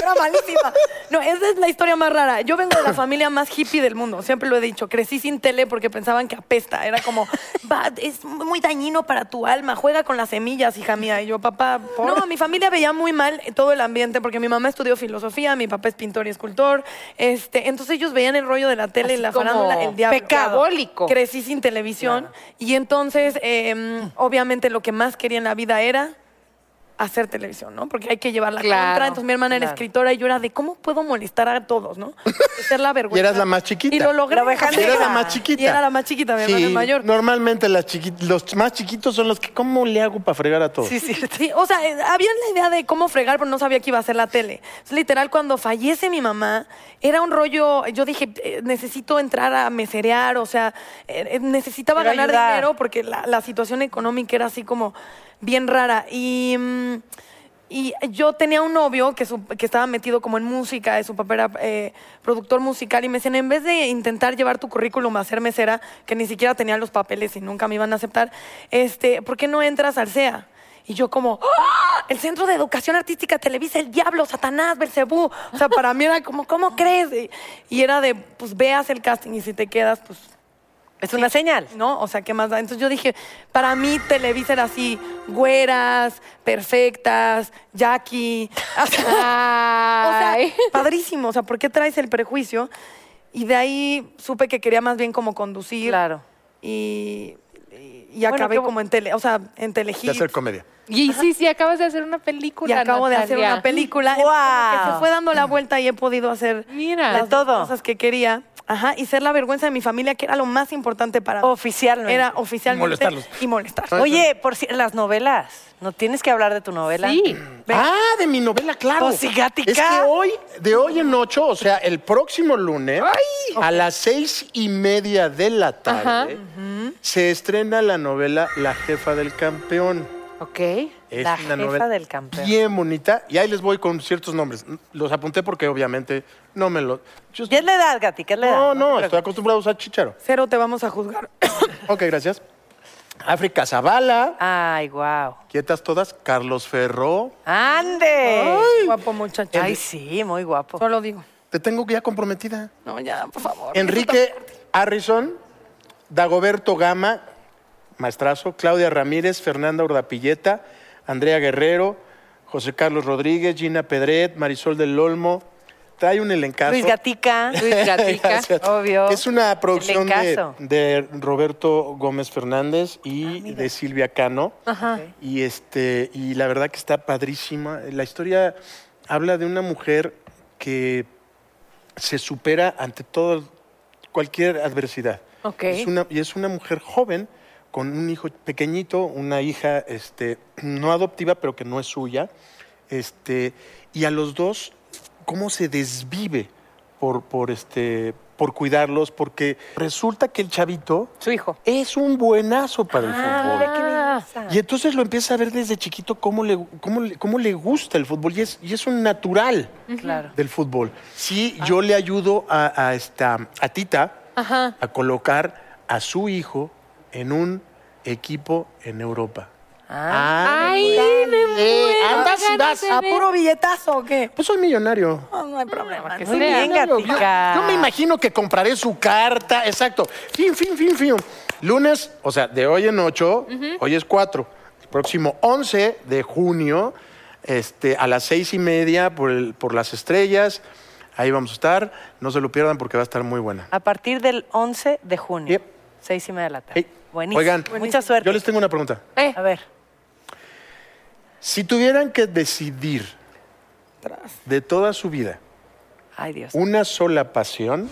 Speaker 2: Era malísima. No, esa es la historia más rara. Yo vengo de la familia más hippie del mundo. Siempre lo he dicho. Crecí sin tele porque pensaban que apesta. Era como, "Va, es muy dañino para tu alma. Juega con las semillas, hija mía. Y yo, papá, ¿por? No, mi familia veía muy mal todo el ambiente porque mi mamá estudió filosofía, mi papá es pintor y escultor. Este, entonces ellos veían el rollo de la tele y
Speaker 3: Así
Speaker 2: la
Speaker 3: como
Speaker 2: farándula, el diablo.
Speaker 3: pecado. Diabólico.
Speaker 2: Crecí sin televisión. Y entonces, eh, obviamente, lo que más quería en la vida era hacer televisión, ¿no? Porque hay que llevar la
Speaker 3: Claro,
Speaker 2: contra. Entonces mi hermana era
Speaker 3: claro.
Speaker 2: escritora y yo era de cómo puedo molestar a todos, ¿no? De Ser la vergüenza.
Speaker 5: Y eras la más chiquita.
Speaker 2: Y lo logré.
Speaker 4: La oveja
Speaker 2: Sí,
Speaker 4: negra.
Speaker 5: Era la más chiquita.
Speaker 2: Y era la más chiquita, mi hermana es mayor.
Speaker 5: Normalmente las chiqui- los más chiquitos son los que, ¿cómo le hago para fregar a todos?
Speaker 2: Sí, o sea, eh, habían la idea de cómo fregar, pero no sabía que iba a ser la tele. Entonces, literal, cuando fallece mi mamá, era un rollo, yo dije, eh, necesito entrar a meserear, o sea, eh, eh, necesitaba
Speaker 4: Quiero
Speaker 2: ganar
Speaker 4: ayudar.
Speaker 2: dinero porque la, la situación económica era así como bien rara. Y... mm, y yo tenía un novio que, su- que estaba metido como en música, eh, su papá era eh, productor musical, y me decían, en vez de intentar llevar tu currículum a ser mesera, que ni siquiera tenía los papeles y nunca me iban a aceptar, este, ¿por qué no entras al SEA? Y yo como, ¡Ah! el Centro de Educación Artística Televisa, el diablo, Satanás, Belcebú. O sea, para mí era como, ¿cómo crees? Y, y era de, pues veas el casting y si te quedas, pues...
Speaker 4: Es una señal.
Speaker 2: ¿No? O sea, ¿qué más da? Entonces yo dije, para mí Televisa era así, güeras, perfectas, Jackie. O sea,
Speaker 3: Ay.
Speaker 2: padrísimo. O sea, ¿por qué traes el prejuicio? Y de ahí supe que quería más bien como conducir.
Speaker 4: Claro.
Speaker 2: Y, y- y acabé
Speaker 4: qué bu-
Speaker 2: como en tele, o sea, en
Speaker 5: de hacer
Speaker 2: telehit.
Speaker 5: comedia.
Speaker 3: Y sí, sí, acabas de hacer una película.
Speaker 2: Y acabo de hacer
Speaker 3: Natalia.
Speaker 2: una película.
Speaker 4: ¡Guau!
Speaker 2: Entonces, como que se fue dando la vuelta y he podido hacer
Speaker 3: Mira.
Speaker 2: las
Speaker 4: De todo.
Speaker 2: cosas que quería. Ajá, y ser la vergüenza de mi familia, que era lo más importante para mí.
Speaker 4: Oficialmente.
Speaker 2: Era oficialmente.
Speaker 5: Y molestarlos.
Speaker 2: Y molestar.
Speaker 4: Oye, por si- las novelas. ¿No tienes que hablar de tu novela?
Speaker 3: Sí.
Speaker 5: Ah, de mi novela, claro.
Speaker 4: Pues, sí, gatica.
Speaker 5: Es que hoy, de hoy en ocho, o sea, el próximo lunes, a las seis y media de la tarde, se estrena la novela La jefa del campeón.
Speaker 3: Ok.
Speaker 5: Es
Speaker 4: La
Speaker 5: una
Speaker 4: jefa
Speaker 5: novela
Speaker 4: del campeón.
Speaker 5: Bien bonita. Y ahí les voy con ciertos nombres. Los apunté porque obviamente no me los. yo-
Speaker 4: Ya es la edad, Gati, ¿qué es la edad?
Speaker 5: no, no,
Speaker 4: te
Speaker 5: estoy
Speaker 4: preocupes.
Speaker 5: acostumbrado a usar chicharo.
Speaker 2: Cero te vamos a juzgar.
Speaker 5: Ok, gracias. África Zavala,
Speaker 4: Ay, wow.
Speaker 5: quietas todas, Carlos Ferro.
Speaker 4: ¡Ande!
Speaker 2: Guapo muchacho.
Speaker 4: Ay, sí, muy guapo.
Speaker 2: Solo digo.
Speaker 5: Te tengo ya comprometida.
Speaker 2: No, ya, por favor.
Speaker 5: Enrique Harrison, Dagoberto Gama, maestrazo, Claudia Ramírez, Fernanda Urdapilleta, Andrea Guerrero, José Carlos Rodríguez, Gina Pedret, Marisol del Olmo. Trae un elencazo.
Speaker 4: Luis Gatica.
Speaker 3: Luis Gatica.
Speaker 5: Gracias.
Speaker 4: obvio.
Speaker 5: Es una producción de,
Speaker 4: Elencazo.
Speaker 5: de Roberto Gómez Fernández y de Silvia Cano. Y este, y la verdad que está padrísima. La historia habla de una mujer que se supera ante todo cualquier adversidad.
Speaker 3: Ok.
Speaker 5: Es una- y es una mujer joven con un hijo pequeñito, una hija este, no adoptiva, pero que no es suya. Este, y a los dos, cómo se desvive por, por, este, por cuidarlos, porque resulta que el chavito
Speaker 3: Su hijo.
Speaker 5: es un buenazo para el fútbol.
Speaker 3: Ah,
Speaker 5: Y entonces lo empieza a ver desde chiquito cómo le, cómo le, cómo le gusta el fútbol y es, y es un natural
Speaker 4: Claro.
Speaker 5: del fútbol. Sí, yo le ayudo a, a esta, a Tita a colocar a su hijo en un equipo en Europa.
Speaker 3: Ay, me muero.
Speaker 5: andas y vas.
Speaker 3: Háganse
Speaker 2: ¿A
Speaker 3: ver.
Speaker 2: puro billetazo o qué?
Speaker 5: Pues soy millonario.
Speaker 2: No, no hay problema.
Speaker 4: Muy bien,
Speaker 5: Yo- yo,
Speaker 4: Gatica.
Speaker 5: yo me imagino que compraré su carta, exacto. Fin, fin, fin, fin. Lunes, o sea, de hoy en 8, hoy es 4. El próximo 11 de junio, este, a las seis y media por, el- por las estrellas. Ahí vamos a estar. No se lo pierdan porque va a estar muy buena.
Speaker 4: A partir del 11 de junio.
Speaker 5: Yep.
Speaker 4: Seis y media de la tarde.
Speaker 5: Hey,
Speaker 4: Buenísimo.
Speaker 5: Oigan,
Speaker 4: mucha suerte.
Speaker 5: Yo les tengo una pregunta.
Speaker 3: Eh,
Speaker 4: A ver.
Speaker 5: Si tuvieran que decidir de toda su vida
Speaker 4: Ay, Dios.
Speaker 5: una sola pasión,